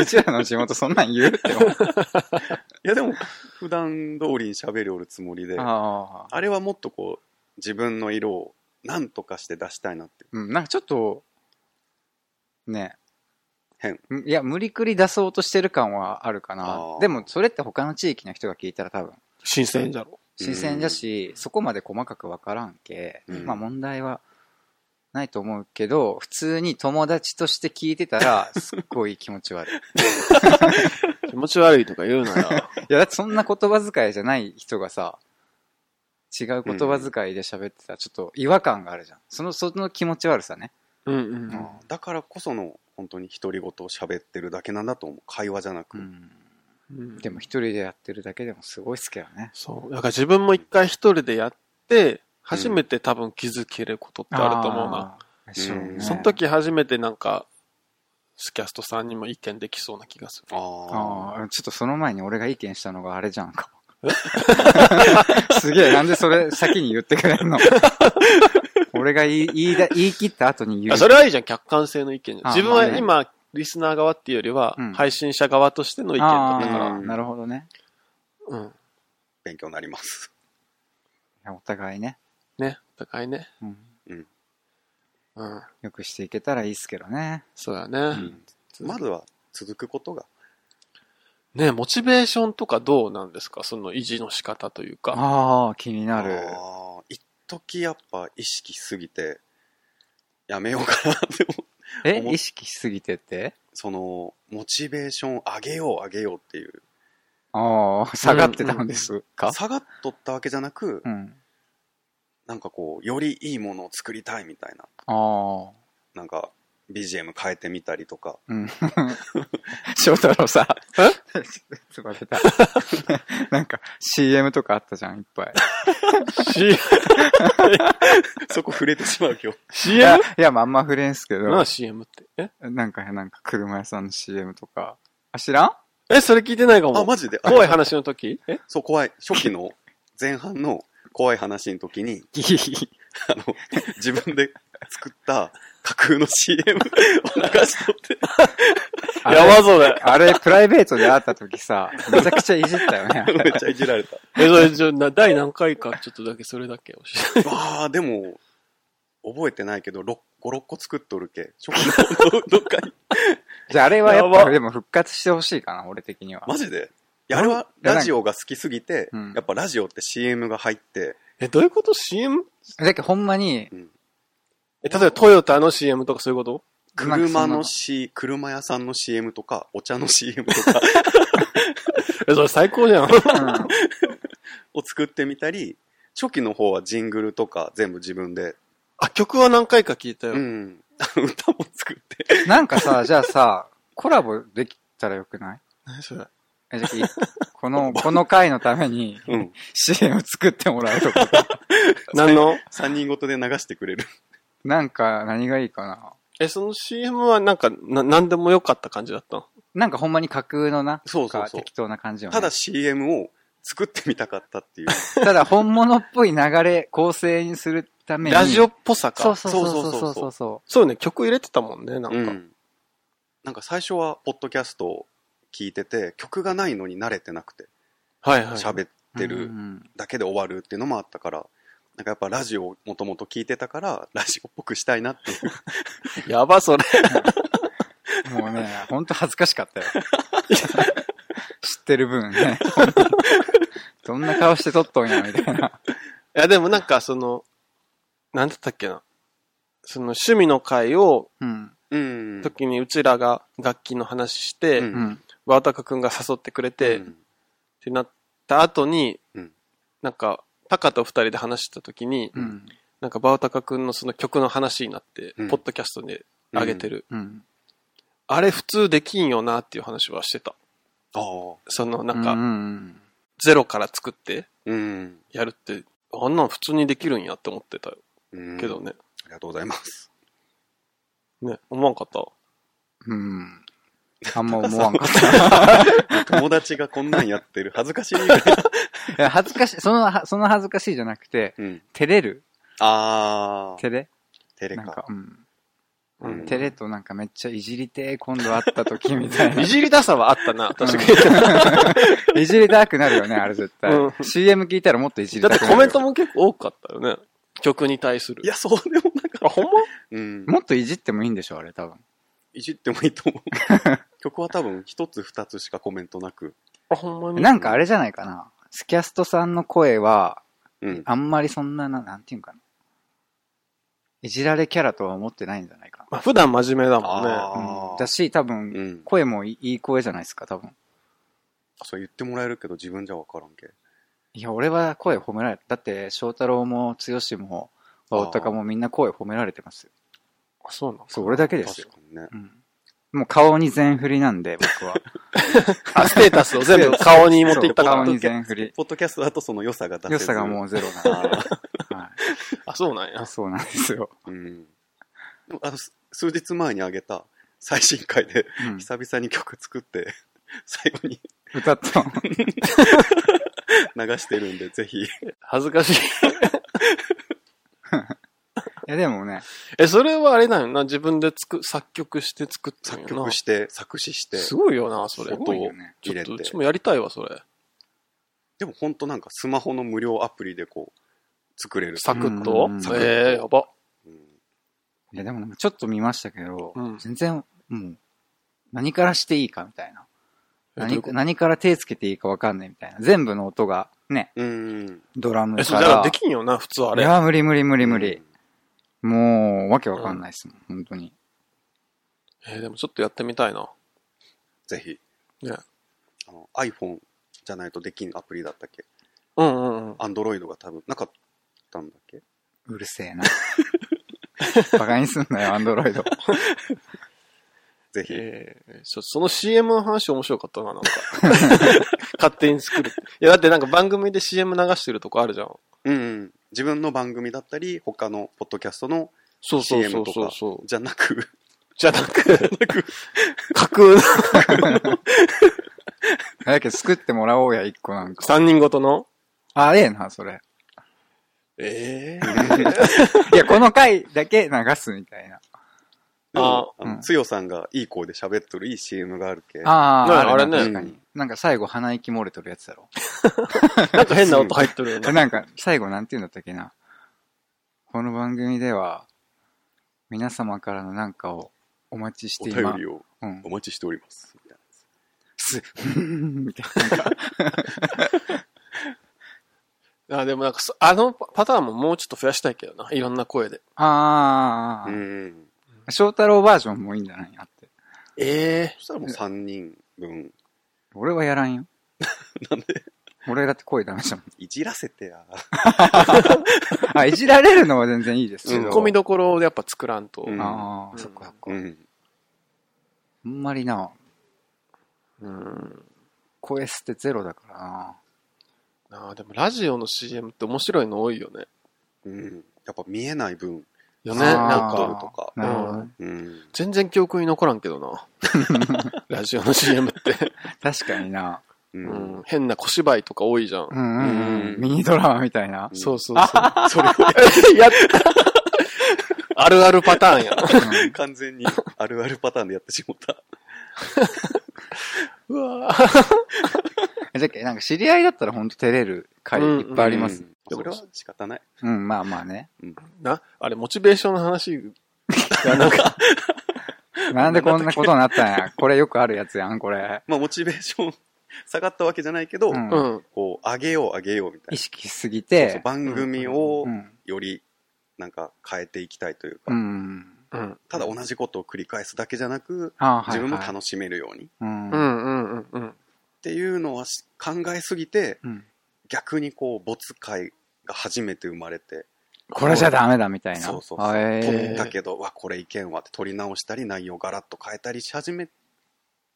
[SPEAKER 2] うちらの地元そんなん言うって思う。
[SPEAKER 4] いやでも普段通りに喋るおるつもりであ
[SPEAKER 2] ああ。
[SPEAKER 4] れはもっとこう自分の色をなんとかして出したいなって。
[SPEAKER 2] うん、なんかちょっと、ね。
[SPEAKER 4] 変
[SPEAKER 2] ん。いや、無理くり出そうとしてる感はあるか
[SPEAKER 4] あ
[SPEAKER 2] な
[SPEAKER 4] ー。
[SPEAKER 2] でも、それって他の地域の人が聞いたら多分、
[SPEAKER 3] 新鮮じゃろ。
[SPEAKER 2] 新鮮だし、そこまで細かくわからんけ、
[SPEAKER 4] うん
[SPEAKER 2] まあ問題はないと思うけど、普通に友達として聞いてたら、すっごい気持ち悪い。い
[SPEAKER 3] 気持ち悪いとか言うなよ。
[SPEAKER 2] や、だってそんな言葉遣いじゃない人がさ、違う言葉遣いで喋ってたら、ちょっと違和感があるじゃん。その、その気持ち悪さね。
[SPEAKER 3] うんうんうん。
[SPEAKER 4] あーだからこその、本当に独り言を喋ってるだけなんだと思う。会話じゃなく。
[SPEAKER 3] うん
[SPEAKER 2] でも一人でやってるだけでもすごい好きだよね。
[SPEAKER 3] そう。だから自分も一回一人でやって、初めて多分気づけることってあると思うな。
[SPEAKER 2] あー。でしょうね
[SPEAKER 4] うん
[SPEAKER 3] その時初めてなんか、スキャストさんにも意見できそうな気がする。
[SPEAKER 4] ああ。
[SPEAKER 2] ああ、ちょっとその前に俺が意見したのがあれじゃんか。 すげえ、なんでそれ先に言ってくれ んの俺が言い言いだ言い切った後に言
[SPEAKER 3] あ
[SPEAKER 2] う。
[SPEAKER 3] それはいいじゃん、客観性の意見じゃん。
[SPEAKER 2] あ
[SPEAKER 3] 自分
[SPEAKER 2] まあ
[SPEAKER 3] は
[SPEAKER 2] ね
[SPEAKER 3] 今、リスナー側っていうよりは
[SPEAKER 2] うん、
[SPEAKER 3] 配信者側としての意見だ
[SPEAKER 2] あ
[SPEAKER 3] ったから
[SPEAKER 2] あ、なるほどね。
[SPEAKER 3] うん。
[SPEAKER 4] 勉強になります。
[SPEAKER 2] いやお互いね、
[SPEAKER 3] ね、お互いね。
[SPEAKER 2] うん。
[SPEAKER 3] うん。
[SPEAKER 2] よくしていけたらいいっすけどね。
[SPEAKER 3] そうだね。
[SPEAKER 4] まずは続くことが。
[SPEAKER 3] ね、モチベーションとかどうなんですかその維持の仕方というか。
[SPEAKER 2] ああ、気になる。
[SPEAKER 4] ああ、一時やっぱ意識しすぎて、やめようかなって思う。
[SPEAKER 2] え、
[SPEAKER 4] 思っ
[SPEAKER 2] 意識しすぎてって
[SPEAKER 4] その、モチベーションを上げよう上げようっていう。
[SPEAKER 2] ああ、下がってたんですか
[SPEAKER 4] 下がっとったわけじゃなく
[SPEAKER 2] う、ん。
[SPEAKER 4] なんかこう、よりいいものを作りたいみたいな。
[SPEAKER 2] ああ。
[SPEAKER 4] なんか、BGM 変えてみたり とか。
[SPEAKER 2] うん。翔太郎さ、 えつばれた。なんか CM とかあったじゃん、いっぱい。
[SPEAKER 3] C-
[SPEAKER 4] そこ触れてしまう 今日。
[SPEAKER 2] い
[SPEAKER 3] CM?
[SPEAKER 2] や、いやまああんま触れんすけ
[SPEAKER 3] な
[SPEAKER 2] ど
[SPEAKER 3] あ、、CM って。え
[SPEAKER 2] なんか、なんか車屋さんの CM とか。あ、知らん
[SPEAKER 3] え、それ聞いてないかも。
[SPEAKER 4] あ、マジであ
[SPEAKER 3] 怖い話の時 え
[SPEAKER 4] そう、怖い。初期の前半の怖い話の時 に、あの、自分で作った架空の CM を流しとって。
[SPEAKER 2] あ
[SPEAKER 3] や
[SPEAKER 2] れ
[SPEAKER 3] ばそうだよ。
[SPEAKER 2] あれ、プライベートで会った時さ、めちゃくちゃいじったよね。
[SPEAKER 4] めっちゃいじ られた。
[SPEAKER 3] え、それ、ちょ、な、第何回か、ちょっとだけそれだけ教えて。
[SPEAKER 4] まあ、でも、覚えてないけど、ろ5、6個作っとるけ。初期 のどっかに。
[SPEAKER 2] じゃあ、あれはやっ
[SPEAKER 3] や
[SPEAKER 2] ぱ、
[SPEAKER 3] ば
[SPEAKER 2] でも復活してほしいかな、俺的には。
[SPEAKER 4] マジでいや、あれはラジオが好きすぎて
[SPEAKER 2] うん、
[SPEAKER 4] やっぱラジオって CM が入って、
[SPEAKER 3] え、どういうこと ?CM?
[SPEAKER 2] だけどほんまに、
[SPEAKER 3] え、例えばトヨタの CM とかそういうこと
[SPEAKER 4] 車
[SPEAKER 2] なん
[SPEAKER 4] の
[SPEAKER 2] か
[SPEAKER 4] C、車屋さんの CM とか、お茶の CM とか
[SPEAKER 3] え、それ最高じゃん。
[SPEAKER 2] そんなうん
[SPEAKER 4] を作ってみたり、初期の方はジングルとか全部自分で、
[SPEAKER 3] あ、曲は何回か聞いたよ。
[SPEAKER 4] うん、 歌も作って。
[SPEAKER 2] なんか さ、じゃあさ、コラボできたらよくない
[SPEAKER 3] 何それ。
[SPEAKER 2] え、じゃあい、こ の、この回のために、
[SPEAKER 4] うん
[SPEAKER 2] CM 作ってもらうと か。
[SPEAKER 3] 何の
[SPEAKER 4] 三人ごとで流してくれる。
[SPEAKER 2] なんか、何がいいかな。
[SPEAKER 3] え、その CM はなんか、な、何でもよかった感じだったの
[SPEAKER 2] なんかほんまに架空のな、
[SPEAKER 4] そうそう
[SPEAKER 2] か
[SPEAKER 4] そう
[SPEAKER 2] 適当な感じよね。
[SPEAKER 4] ただ CM を作ってみたかったっていう。
[SPEAKER 2] ただ本物っぽい流れ、構成にするために。
[SPEAKER 3] ラジオっぽさか。
[SPEAKER 2] そうそうそう
[SPEAKER 4] そう
[SPEAKER 2] そ
[SPEAKER 4] そ
[SPEAKER 2] そ
[SPEAKER 4] ううそうう
[SPEAKER 2] そ
[SPEAKER 3] そうね、曲入れてたもんね、なんか。
[SPEAKER 4] うん、なんか最初はポッドキャストを聞いてて曲がないのに慣れてなくて
[SPEAKER 3] はいはい。
[SPEAKER 4] 喋っ
[SPEAKER 2] う。
[SPEAKER 4] て
[SPEAKER 2] う
[SPEAKER 4] る
[SPEAKER 2] ん
[SPEAKER 4] だけで終わるっていうのもあったからなんかやっぱラジオをもともと聞いてたからラジオっぽくしたいなっていう
[SPEAKER 3] やば、それ。
[SPEAKER 2] もうね、ほんと恥ずかしかった よ。知ってる分ね。 どんな顔して撮っとんや、みたいな。
[SPEAKER 3] いや、でもなんか、その、なんだったっけな。その、趣味の会を、
[SPEAKER 2] うん。
[SPEAKER 4] うん
[SPEAKER 3] 時にうちらが楽器の話して、
[SPEAKER 4] うん
[SPEAKER 2] うん。
[SPEAKER 3] ワータカ君が誘ってくれて、
[SPEAKER 4] う
[SPEAKER 3] っ
[SPEAKER 4] ん
[SPEAKER 3] てなった後に、
[SPEAKER 4] うん
[SPEAKER 3] なんか、タカと二人で話した時に、
[SPEAKER 2] うん。
[SPEAKER 3] なんか、バータカ君のその曲の話になって、
[SPEAKER 4] うん
[SPEAKER 3] ポッドキャストで上げてる。
[SPEAKER 2] うん。
[SPEAKER 3] あれ普通できんよなっていう話はしてた。
[SPEAKER 4] ああ
[SPEAKER 3] その、な
[SPEAKER 2] なんう
[SPEAKER 3] か、
[SPEAKER 2] ん。
[SPEAKER 3] ゼロから作って
[SPEAKER 4] うん、
[SPEAKER 3] やるって、あんなん普通にできるんやって思ってたよ
[SPEAKER 4] うん、
[SPEAKER 3] けどね。
[SPEAKER 4] ありがとうございます
[SPEAKER 3] ね、思わんかった。
[SPEAKER 2] うん。あんま思わんかった。
[SPEAKER 4] 友達がこんなんやってる恥ずかしいぐらい、
[SPEAKER 2] いや恥ずかしい、その、はその恥ずかしいじゃなくて、
[SPEAKER 4] うん、
[SPEAKER 2] 照れる
[SPEAKER 4] ああ
[SPEAKER 2] 照れ
[SPEAKER 4] 照れ
[SPEAKER 2] なんか
[SPEAKER 4] か、
[SPEAKER 2] うん。
[SPEAKER 4] うん
[SPEAKER 2] 照れとなんかめっちゃいじりてえ、今度会った時み たい
[SPEAKER 3] い
[SPEAKER 2] な。
[SPEAKER 3] じりださはあったな、確か に。
[SPEAKER 2] いじりたくなるよね、あれ絶対
[SPEAKER 3] うん。
[SPEAKER 2] CM 聞いたらもっといじり
[SPEAKER 3] だ
[SPEAKER 2] た
[SPEAKER 3] っ
[SPEAKER 2] くな
[SPEAKER 3] て
[SPEAKER 2] る。
[SPEAKER 3] コメントも結構多かったよね。曲に対する
[SPEAKER 4] い。や、そうでもなか
[SPEAKER 3] あ、
[SPEAKER 4] っ
[SPEAKER 3] ほんま
[SPEAKER 4] た。うん。
[SPEAKER 2] もっといじってもいいんでしょ、あれ、多分。
[SPEAKER 4] いじってもいいと思う。曲は多分、一つ二つしかコメントなく。
[SPEAKER 3] あ、ほんまに。
[SPEAKER 2] なんかあれじゃないかな。スキャストさんの声は、
[SPEAKER 4] うん。
[SPEAKER 2] あんまりそんなな、なんていうんかな。いじられキャラとは思ってないんじゃないか
[SPEAKER 3] まあ普段真面目だもんね。
[SPEAKER 4] あ
[SPEAKER 2] な。
[SPEAKER 4] ー
[SPEAKER 2] うんだし、多分、
[SPEAKER 4] うん。
[SPEAKER 2] 声もいい声じゃないですか、多分。
[SPEAKER 4] そう言ってもらえるけど、自分じゃわからんけ。
[SPEAKER 2] いや、俺は声褒められた。だって、翔太郎も、剛も、大高もみんな声褒められてますよ。
[SPEAKER 3] あそうなの。
[SPEAKER 2] そう、俺だけですよ。
[SPEAKER 4] 確かにね。
[SPEAKER 2] うん。もう顔に全振りなんで、僕 は。
[SPEAKER 3] あ、ステータスを全部顔に持っていったか
[SPEAKER 2] 顔
[SPEAKER 3] ら。
[SPEAKER 2] に全振り。
[SPEAKER 4] ポッドキャストだとその良さが出せず
[SPEAKER 2] 良さがもうゼロなんで。 は
[SPEAKER 3] あ、そうなんや
[SPEAKER 2] い。。そうなんですよ。
[SPEAKER 4] うん。でもあの、す数日前に上げた最新回で、
[SPEAKER 2] うん
[SPEAKER 4] 久々に曲作って、 最後に
[SPEAKER 2] 歌 った。
[SPEAKER 4] 流してるんで、ぜひ。
[SPEAKER 3] 恥ずかしい。
[SPEAKER 2] いや、でもね、
[SPEAKER 3] え、それはあれだよな。自分で作、作曲して作ったん
[SPEAKER 4] 作
[SPEAKER 3] やな。
[SPEAKER 4] 曲して、作詞して。
[SPEAKER 3] すごいよな、それ。
[SPEAKER 2] すごいよね。
[SPEAKER 3] ちょっ
[SPEAKER 4] 入
[SPEAKER 3] と、
[SPEAKER 4] れ
[SPEAKER 3] う
[SPEAKER 4] て
[SPEAKER 3] ちもやりたいわ、それ。
[SPEAKER 4] でも本当なんかスマホの無料アプリでこう、作れる。
[SPEAKER 3] サクッと
[SPEAKER 2] うん。
[SPEAKER 3] ええ、やば。
[SPEAKER 4] うん
[SPEAKER 2] いや、でもなんかちょっと見ましたけど、
[SPEAKER 3] うん
[SPEAKER 2] 全然、もう、何からしていいかみたいな。
[SPEAKER 3] えどうい
[SPEAKER 2] 何
[SPEAKER 3] うこと
[SPEAKER 2] 何から手つけていいかわかんないみたいな。全部の音が、ね、
[SPEAKER 4] うん。
[SPEAKER 2] ドラム
[SPEAKER 3] え、そ
[SPEAKER 2] か。
[SPEAKER 3] れだかららできんよな、普通あれ
[SPEAKER 2] い。や、無理無理無理無理。
[SPEAKER 4] う
[SPEAKER 2] もう、わけわかんないっすもん、本当に。
[SPEAKER 3] えーでもちょっとやってみたいな。
[SPEAKER 4] んぜひ。
[SPEAKER 3] ね。
[SPEAKER 4] あの、iPhone じゃないとできんアプリだったっけ
[SPEAKER 3] うんうんうん。
[SPEAKER 4] ?Android が多分なかったんだっけ
[SPEAKER 2] うるせえな。 バカにすんなよ、アンドロイド。
[SPEAKER 4] ぜひ。
[SPEAKER 3] ええそその CM の話面白かった な、なんか。勝手に作る。いや、だってなんか番組で CM 流してるとこあるじゃん。
[SPEAKER 4] うんうん。自分の番組だったり、他のポッドキャストの
[SPEAKER 3] そうそうそ
[SPEAKER 4] CM
[SPEAKER 3] う
[SPEAKER 4] と
[SPEAKER 3] そう
[SPEAKER 4] か
[SPEAKER 3] そう。
[SPEAKER 4] じゃなく、
[SPEAKER 3] じゃなく、 架空の
[SPEAKER 2] だけど、作ってもらおうや、一個なんか。
[SPEAKER 3] 三人ごと の
[SPEAKER 2] あ、ええな、それ。
[SPEAKER 3] ええ
[SPEAKER 2] いや、この回だけ流すみたいな。
[SPEAKER 4] でも
[SPEAKER 2] あ
[SPEAKER 4] あの
[SPEAKER 2] うん
[SPEAKER 4] つよさんがいい声で喋っとるいい CM があるけ。
[SPEAKER 2] あ
[SPEAKER 3] ね
[SPEAKER 2] あ、あれ
[SPEAKER 3] あれ
[SPEAKER 2] ね。
[SPEAKER 4] ね
[SPEAKER 2] 確かに。なんか最後鼻息漏れとるやつだろ。
[SPEAKER 3] なんか変な音入ってるよね。
[SPEAKER 2] なんか最後なんて言うんだったっけな。この番組では、皆様からのなんかをお待ちし
[SPEAKER 4] お
[SPEAKER 2] てい
[SPEAKER 4] 便
[SPEAKER 2] ます。
[SPEAKER 4] りを
[SPEAKER 2] うん
[SPEAKER 4] お。待ちしております。みたいな
[SPEAKER 2] す、 みたいな。
[SPEAKER 3] あでもなんかそ、あのパパターンももうちょっと増やしたいけどな。いろんな声で。
[SPEAKER 2] ああ、
[SPEAKER 4] うんうん。
[SPEAKER 2] 翔太郎バージョンもいいんじゃないなって。
[SPEAKER 3] ええ
[SPEAKER 4] そしたらもう3人分、
[SPEAKER 2] 俺はやらん よ。なんで俺だって声ダメじゃん。
[SPEAKER 4] いじらせ てや。
[SPEAKER 2] あ、いじられるのは全然いいですけ
[SPEAKER 3] ツ
[SPEAKER 2] ど。
[SPEAKER 3] ッコミどころをやっぱ作らんと。
[SPEAKER 4] うん
[SPEAKER 2] ああ、
[SPEAKER 3] うん
[SPEAKER 2] そっかそっか。あ
[SPEAKER 4] うん。
[SPEAKER 2] んまりな、
[SPEAKER 3] うん。
[SPEAKER 2] 声捨てゼロだからな。
[SPEAKER 3] ああ、でもラジオの CM って面白いの多いよね。
[SPEAKER 4] うん。やっぱ見えない分、
[SPEAKER 3] よね、
[SPEAKER 2] あー
[SPEAKER 3] なん
[SPEAKER 4] 撮る
[SPEAKER 3] か。
[SPEAKER 4] とか。
[SPEAKER 2] なるほどね。
[SPEAKER 4] うん。
[SPEAKER 3] 全然記憶に残らんけど な。ラジオの CM って。
[SPEAKER 2] 確かにな。
[SPEAKER 4] う。
[SPEAKER 3] うんん。変な小芝居とか多いじゃん。
[SPEAKER 2] うんうんう。
[SPEAKER 4] うんん
[SPEAKER 2] ミニドラマみたいな。
[SPEAKER 3] そうそうそう。
[SPEAKER 4] それ を
[SPEAKER 3] やったあるあるパターンや。
[SPEAKER 4] 完全にあるあるパターンでやってしまった。
[SPEAKER 3] うわぁ
[SPEAKER 2] えだっけなんか知り合いだったらほんと照れる回いっぱいあります
[SPEAKER 4] う。ん。それは仕方ない。
[SPEAKER 2] うん、まあまあね。
[SPEAKER 3] な、あれ、モチベーション の話がなんか、
[SPEAKER 2] なんでこんなことになったんや。これよくあるやつやん、これ。
[SPEAKER 4] まあ、モチベーション 下がったわけじゃないけど、
[SPEAKER 2] うん
[SPEAKER 3] うん。
[SPEAKER 4] こう、上げよう上げようみた
[SPEAKER 2] 意
[SPEAKER 4] い
[SPEAKER 2] 識しすぎ
[SPEAKER 4] な。そう
[SPEAKER 2] て。
[SPEAKER 4] 番組を
[SPEAKER 2] うん。
[SPEAKER 4] より、なんか変えていきたいという
[SPEAKER 2] う
[SPEAKER 4] か、
[SPEAKER 2] ん。
[SPEAKER 3] うん。
[SPEAKER 4] ただ同じことを繰り返すだけじゃなく、
[SPEAKER 2] ああ、はい。
[SPEAKER 4] 自分も楽
[SPEAKER 2] し
[SPEAKER 4] しめるように。っ
[SPEAKER 2] うん
[SPEAKER 3] う。んうんうんうん。
[SPEAKER 4] ていうのはし考えすぎて、
[SPEAKER 2] うん
[SPEAKER 4] 逆にこう、没会が初めて生まれて、
[SPEAKER 2] これじゃダメだみたいな。
[SPEAKER 4] そうそうそう
[SPEAKER 2] あえ
[SPEAKER 3] と
[SPEAKER 4] 撮っ
[SPEAKER 2] ー
[SPEAKER 4] たけど、わ、これいけんわって撮り直したり、内容ガラッと変えたりし始め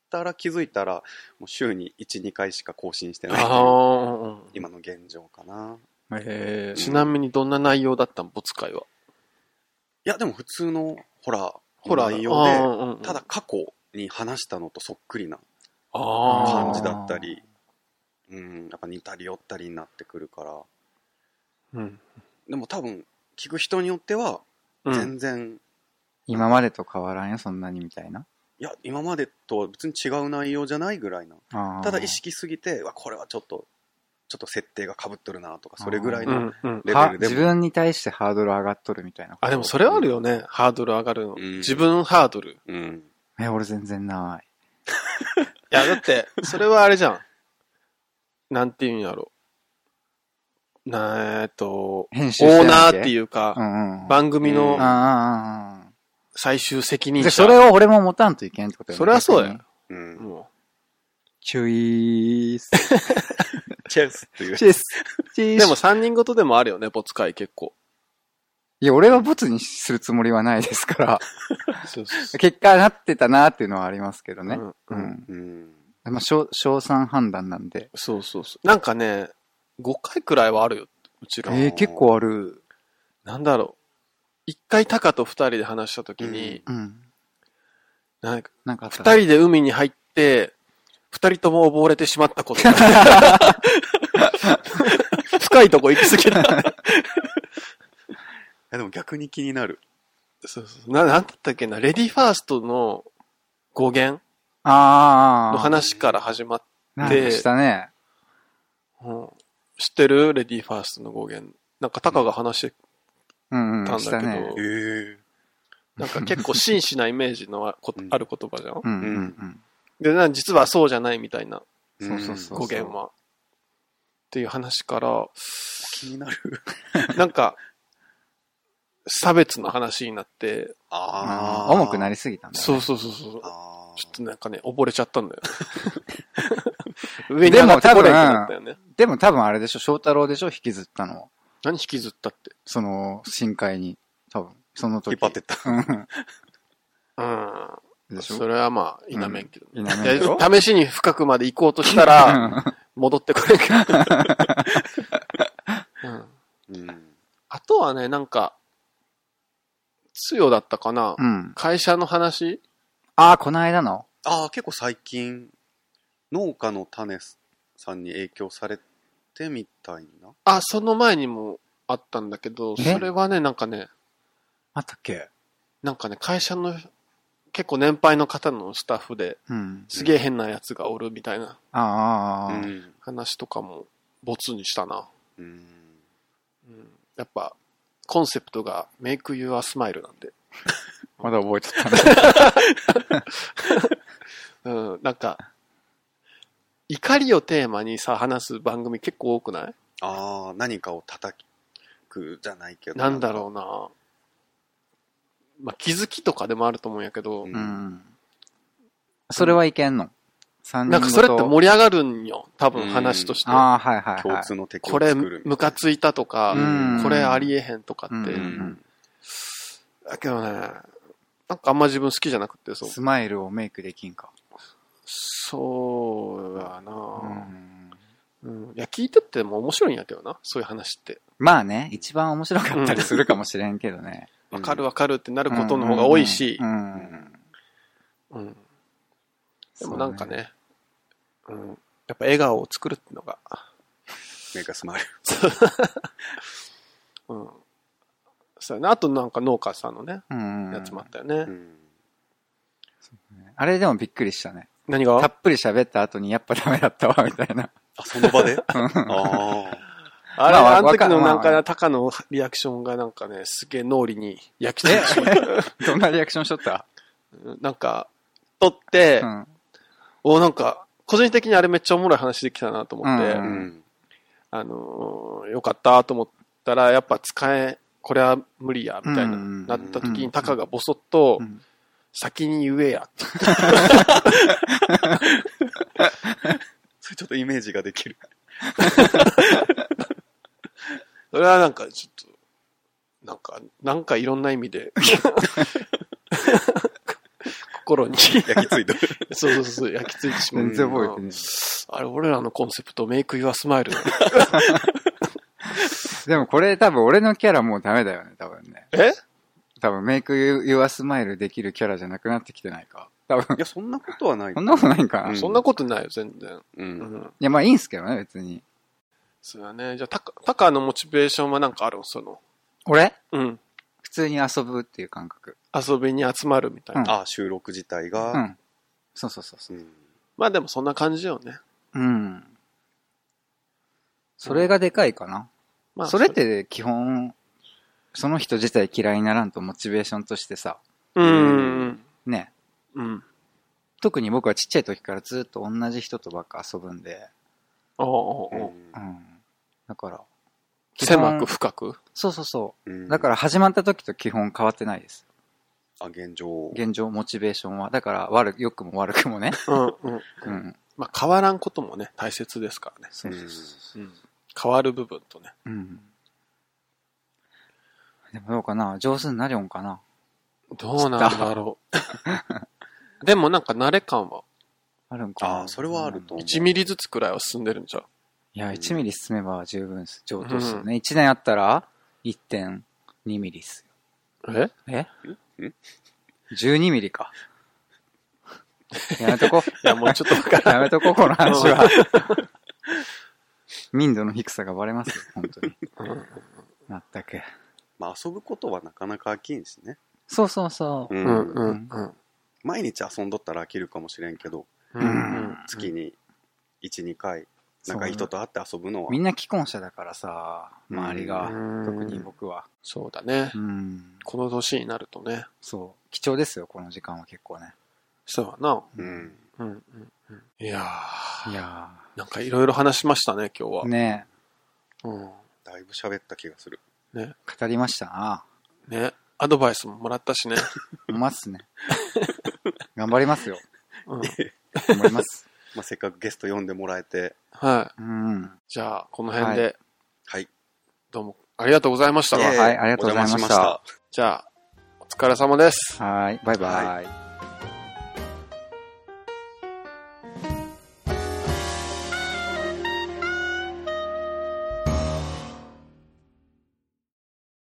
[SPEAKER 4] たら気づいたら、もう週に1、2回しか更新してないっていう
[SPEAKER 3] ああ。
[SPEAKER 4] 今の現状かな。
[SPEAKER 2] えー
[SPEAKER 3] ちなみにどんな内容だったん、ボツ会は。
[SPEAKER 4] いや、でも普通のホラー
[SPEAKER 3] ほ
[SPEAKER 4] の
[SPEAKER 3] ら、
[SPEAKER 4] 内容
[SPEAKER 3] うんうん
[SPEAKER 4] で、ただ、過去に話したのとそっくりな
[SPEAKER 3] あー
[SPEAKER 4] 感じだったり、うん、やっぱ似たり寄ったりになってくるから、
[SPEAKER 3] うん。
[SPEAKER 4] でも多分、聞く人によっては、
[SPEAKER 3] うん
[SPEAKER 4] 全然、
[SPEAKER 2] 今までと変わらんよ、そんなにみたいな。
[SPEAKER 4] いや、今までとは別に違う内容じゃないぐらいな。
[SPEAKER 2] あー
[SPEAKER 4] ただ意識すぎて、わ、これはちょっとちょっと設定が被っとるなとか、それぐらい
[SPEAKER 3] うん
[SPEAKER 4] の
[SPEAKER 3] うん。
[SPEAKER 4] レ
[SPEAKER 2] は
[SPEAKER 4] ベルで
[SPEAKER 2] 自
[SPEAKER 4] も。
[SPEAKER 2] 分に対してハードル上がっとるみたいな。
[SPEAKER 3] あ、でもそれはあるよね。ハードル上がるの。
[SPEAKER 4] うん
[SPEAKER 3] 自分ハードル。い
[SPEAKER 4] うん。
[SPEAKER 2] え、俺全然ない。
[SPEAKER 3] や、だって、 それはあれじゃん。なんていうんやろ。なえっと、
[SPEAKER 2] 編集
[SPEAKER 3] オーナーって
[SPEAKER 2] う。
[SPEAKER 3] いう
[SPEAKER 2] う
[SPEAKER 3] か、
[SPEAKER 2] んうん。
[SPEAKER 3] 番組
[SPEAKER 4] う
[SPEAKER 2] あ
[SPEAKER 4] ん
[SPEAKER 3] の
[SPEAKER 2] あああ
[SPEAKER 3] 最終責
[SPEAKER 2] ああ。
[SPEAKER 3] 任
[SPEAKER 2] で、
[SPEAKER 3] 者。
[SPEAKER 2] それを俺も持たんといけんってことよね
[SPEAKER 3] それはそうだよ。。
[SPEAKER 4] うん。
[SPEAKER 3] も
[SPEAKER 2] 注意ーす。
[SPEAKER 4] チェスっていう。
[SPEAKER 2] チェス。チェ
[SPEAKER 3] う
[SPEAKER 2] ス。
[SPEAKER 3] でも、三人ごとでもあるよね、ボツ会結構。
[SPEAKER 2] いや、俺はボツにするつもりはないですから、
[SPEAKER 3] そうそうそ
[SPEAKER 2] 結果なってたなっていうのはありますけど
[SPEAKER 3] う
[SPEAKER 2] ね。
[SPEAKER 3] う
[SPEAKER 2] うんん。
[SPEAKER 4] うん。
[SPEAKER 2] まあ、賞、賞賛判断なんで。
[SPEAKER 3] そうそうそう。なんかね、5回くらいはあるよ、うちら。
[SPEAKER 2] ええ結構ある。
[SPEAKER 3] なんだろう。1回タカと2人で話した時に、
[SPEAKER 2] うん。
[SPEAKER 3] なんか
[SPEAKER 2] なんかあった
[SPEAKER 3] 2人で海に入って、2人とも溺れてしまったこと。 深いとこ行き過ぎた。
[SPEAKER 4] いやでも逆に気になる。
[SPEAKER 3] そうそう。な、なんだったっけな、レディーファーストの語源
[SPEAKER 2] ああ。
[SPEAKER 3] の話から始まっ
[SPEAKER 2] なんかしたね。
[SPEAKER 3] うん知ってるレディーファーストの語源。なんかタカが話して、
[SPEAKER 2] うん
[SPEAKER 3] た
[SPEAKER 2] うんん。
[SPEAKER 3] だけ
[SPEAKER 2] し
[SPEAKER 3] ど
[SPEAKER 2] たね。
[SPEAKER 4] ええ。
[SPEAKER 3] なんか結構真摯なイメージのあこ
[SPEAKER 4] うん
[SPEAKER 3] ある言葉じゃん
[SPEAKER 2] うんうんうん。
[SPEAKER 3] で、な実はそうじゃないみたいな
[SPEAKER 2] そうそうそう
[SPEAKER 3] 語源は。っていう話から、
[SPEAKER 4] 気になる。
[SPEAKER 3] なんか、差別の話になって、
[SPEAKER 4] あ
[SPEAKER 2] あ
[SPEAKER 4] あ。
[SPEAKER 2] あ。重くな
[SPEAKER 4] り。
[SPEAKER 2] りすぎたんだ。
[SPEAKER 3] そうそうそうそう。
[SPEAKER 4] ああ。
[SPEAKER 3] ちょっとなんかね、溺れちゃったんだよ。 上に上がってこれんと思ったよね。
[SPEAKER 2] でも多分あれでしょ、翔太郎でしょ、引きずったの。
[SPEAKER 3] 何引きずったって。
[SPEAKER 2] その、深海に。多分、その時。
[SPEAKER 4] 引っ張ってった。
[SPEAKER 2] うん
[SPEAKER 3] う
[SPEAKER 2] で
[SPEAKER 3] ん。
[SPEAKER 2] しょ
[SPEAKER 3] それはまあ、否めんけど。
[SPEAKER 2] いない
[SPEAKER 3] や
[SPEAKER 2] でしょ
[SPEAKER 3] 試しに深くまで行こうとし たら、戻ってこれんから。 うん。
[SPEAKER 4] うん。
[SPEAKER 3] あとはね、なんか、つよだったかな、
[SPEAKER 2] うんうん。
[SPEAKER 3] 会社の話
[SPEAKER 2] ああ、この間の。
[SPEAKER 4] ああ、結構最近、農家の種さんに影響されてみたいな。
[SPEAKER 3] あ、その前にもあったんだけど、
[SPEAKER 2] え
[SPEAKER 3] それはね、なんかね、
[SPEAKER 2] あったっけ
[SPEAKER 3] なんかね、会社の、結構年配の方のスタッフで、
[SPEAKER 2] うん。
[SPEAKER 3] すげえ変なやつがおるみたいな
[SPEAKER 2] ああああ、ああ
[SPEAKER 4] ん。
[SPEAKER 3] 話とかも、ボツにしたな。
[SPEAKER 4] うん。
[SPEAKER 3] うん。やっぱ、コンセプトが、make you a smile なんで。
[SPEAKER 2] まだ覚えてたね。
[SPEAKER 3] うん、なんか、怒りをテーマにさ、話す番組結構多くない
[SPEAKER 4] ああ、何かを叩くじゃないけど。
[SPEAKER 3] なんだろうな。まあ、気づきとかでもあると思うんやけど、
[SPEAKER 4] うん
[SPEAKER 2] うん。それはいけんの三人
[SPEAKER 3] なんかそれって
[SPEAKER 2] も
[SPEAKER 3] 盛り上がるんよ。多
[SPEAKER 4] う
[SPEAKER 3] 分
[SPEAKER 4] ん
[SPEAKER 3] 話として。
[SPEAKER 2] ああ、はいはい、はい。
[SPEAKER 4] 共通の敵を
[SPEAKER 3] これ、
[SPEAKER 4] 作るみ
[SPEAKER 3] ムカついたとか
[SPEAKER 2] うん、
[SPEAKER 3] これありえへんとかって
[SPEAKER 2] う。
[SPEAKER 4] たいな。うんん。
[SPEAKER 3] だけどね、なんかあんま自分好きじゃなくて、そう。
[SPEAKER 2] スマイルをメイクできんか。
[SPEAKER 3] そうだ
[SPEAKER 2] う
[SPEAKER 3] な、
[SPEAKER 2] ん
[SPEAKER 3] うんいや、聞いてっても面白いんやけどな、そういう話って。
[SPEAKER 2] まあね、一番面白かったりするかもしれんけどね。
[SPEAKER 3] わかるわかるってなることの方が多いし
[SPEAKER 2] う、んうん
[SPEAKER 3] うんでもなんか。ね、うん、やっぱ笑顔を作るってのが、
[SPEAKER 4] メガスマイル。
[SPEAKER 3] うん。そうやな。あとなんか農家さんのね、
[SPEAKER 2] そうねうんうん。
[SPEAKER 3] やつもあったよね。
[SPEAKER 4] うん。
[SPEAKER 2] あれでもびっくりしたね。
[SPEAKER 3] 何
[SPEAKER 2] た
[SPEAKER 3] が
[SPEAKER 2] っぷり喋った後にやっぱダメだったわ、みたい な。
[SPEAKER 4] あ、その場 でああ。
[SPEAKER 3] あれ、
[SPEAKER 2] まあ
[SPEAKER 3] あの時の
[SPEAKER 2] わか
[SPEAKER 3] なんか、
[SPEAKER 2] まあ
[SPEAKER 3] タカのリアクションがなんかね、すげえ脳裏に焼き付いてしま
[SPEAKER 2] どんなリアクションしとった
[SPEAKER 3] う。 なんか、撮って、
[SPEAKER 2] うん。
[SPEAKER 3] お、なんか、個人的にあれめっちゃおもろい話できたなと思って、
[SPEAKER 2] う
[SPEAKER 4] うんん。
[SPEAKER 3] あのーよかったと思ったら、やっぱ使え、これは無理や、みたいな、
[SPEAKER 2] うん
[SPEAKER 3] なった時
[SPEAKER 2] う
[SPEAKER 3] に
[SPEAKER 2] ん
[SPEAKER 3] タカがボソッと、
[SPEAKER 2] うん
[SPEAKER 3] 先に言えやって。
[SPEAKER 4] それちょっとイメージができる。
[SPEAKER 3] それはなんかちょっと、なんか、なんかいろんな意味で、心に
[SPEAKER 4] 焼き付いてる。
[SPEAKER 3] そうそうそう、焼き付いてしまう。
[SPEAKER 2] 全然覚えてね。
[SPEAKER 3] あれ、俺らのコンセプト、メイク・ユア・スマイル。
[SPEAKER 2] でもこれ多分俺のキャラもうダメだよね、多分ね。
[SPEAKER 3] え
[SPEAKER 2] 多分メイクユアスマイルできるキャラじゃなくなってきてないか。多分
[SPEAKER 4] い。や、そんなことはない
[SPEAKER 2] そ。んなことないんかな。
[SPEAKER 4] う
[SPEAKER 2] い
[SPEAKER 3] そんなことないよ、全然。
[SPEAKER 4] う。
[SPEAKER 3] うんん。
[SPEAKER 2] や、まあいいんすけどね、別に。
[SPEAKER 3] そうだね。じゃあ、タカ、タカのモチベーションはなんかあるのその、
[SPEAKER 2] 俺
[SPEAKER 3] うん。
[SPEAKER 2] 普通に遊ぶっていう感覚。
[SPEAKER 3] 遊びに集まるみたいな。
[SPEAKER 2] うん
[SPEAKER 4] あ、収録自体
[SPEAKER 2] う
[SPEAKER 4] が。
[SPEAKER 2] ん。そうそうそうそう。
[SPEAKER 4] うん。
[SPEAKER 3] まあでもそんな感じよね。
[SPEAKER 2] うん。それがでかいかな。
[SPEAKER 3] まあ、
[SPEAKER 2] それっ、て基本、その人自体嫌いにならんとモチベーションとしてさ、
[SPEAKER 3] うん。
[SPEAKER 2] ね。
[SPEAKER 3] うん。
[SPEAKER 2] 特に僕はちっちゃい時からずっと同じ人とばっか遊ぶんで、
[SPEAKER 3] ああ、おうお
[SPEAKER 2] う
[SPEAKER 3] う
[SPEAKER 2] ん。だから、
[SPEAKER 3] 狭く深く。
[SPEAKER 2] そうそうそ
[SPEAKER 4] うん
[SPEAKER 2] う。だから始まった時と基本変わってないです。
[SPEAKER 4] あ、現状。
[SPEAKER 2] 現状、モチベーションは。だから、悪く、良くも悪くもね。
[SPEAKER 3] うんうん。
[SPEAKER 2] うん。
[SPEAKER 3] まあ、変わらんこともね、大切ですからね。
[SPEAKER 2] そうそう
[SPEAKER 3] うん。変わる部分とね。
[SPEAKER 2] う。うん。でもどうかな上手になりょんかな
[SPEAKER 3] どうなんだろう。でもなんか慣れ感は
[SPEAKER 2] あるんかな
[SPEAKER 4] あーそれはあると思う
[SPEAKER 3] 1ミリずつくらいは進んでるんじゃう。
[SPEAKER 2] いや、1ミリ進めば十分です。上等ですよ
[SPEAKER 3] う
[SPEAKER 2] ね。1年あったら、1.2ミリっす
[SPEAKER 3] え
[SPEAKER 2] よ。え
[SPEAKER 4] ん
[SPEAKER 2] ?12 ミリか。やめとこ。
[SPEAKER 3] いや、もうちょっと分からん。
[SPEAKER 2] やめとこ、この話は。民度の低さがバレますよ、本当に。まったく。
[SPEAKER 4] まあ遊ぶことはなかなか飽きんしね。
[SPEAKER 2] そうそうそう。
[SPEAKER 4] う
[SPEAKER 3] うんうんうん。
[SPEAKER 4] 毎日遊んどったら飽きるかもしれんけど、
[SPEAKER 3] う
[SPEAKER 4] 月に1、2回、仲いい人と会って遊ぶのは
[SPEAKER 2] みんな既婚者だからさ、周りが。特
[SPEAKER 3] 特
[SPEAKER 2] に僕は。
[SPEAKER 3] そうだね
[SPEAKER 2] う。ん。
[SPEAKER 3] この年になるとね。
[SPEAKER 2] そう。貴重ですよ、この時間は結構ね。
[SPEAKER 3] そうやな。
[SPEAKER 4] うん。
[SPEAKER 3] うんうんうん。いやー
[SPEAKER 2] いや
[SPEAKER 3] なんかいろいろ話しましたね、今日は。
[SPEAKER 2] ー。ね
[SPEAKER 3] うん。
[SPEAKER 4] だいぶ喋った気がする。
[SPEAKER 2] え、語りましたな。
[SPEAKER 3] ね。アドバイスももらったしね。
[SPEAKER 2] うまっす ね。頑張りますよ。
[SPEAKER 3] うん、
[SPEAKER 2] 頑張ります。
[SPEAKER 4] まあせっかくゲスト呼んでもらえて、
[SPEAKER 3] はい。
[SPEAKER 2] うん。
[SPEAKER 3] じゃあ、この辺で、
[SPEAKER 4] はい。
[SPEAKER 3] どうもありがとうございました。
[SPEAKER 2] ええはいありがとうございました
[SPEAKER 4] お邪魔しました。
[SPEAKER 3] じゃあ、お疲れ様です。
[SPEAKER 2] はい。バイバイ。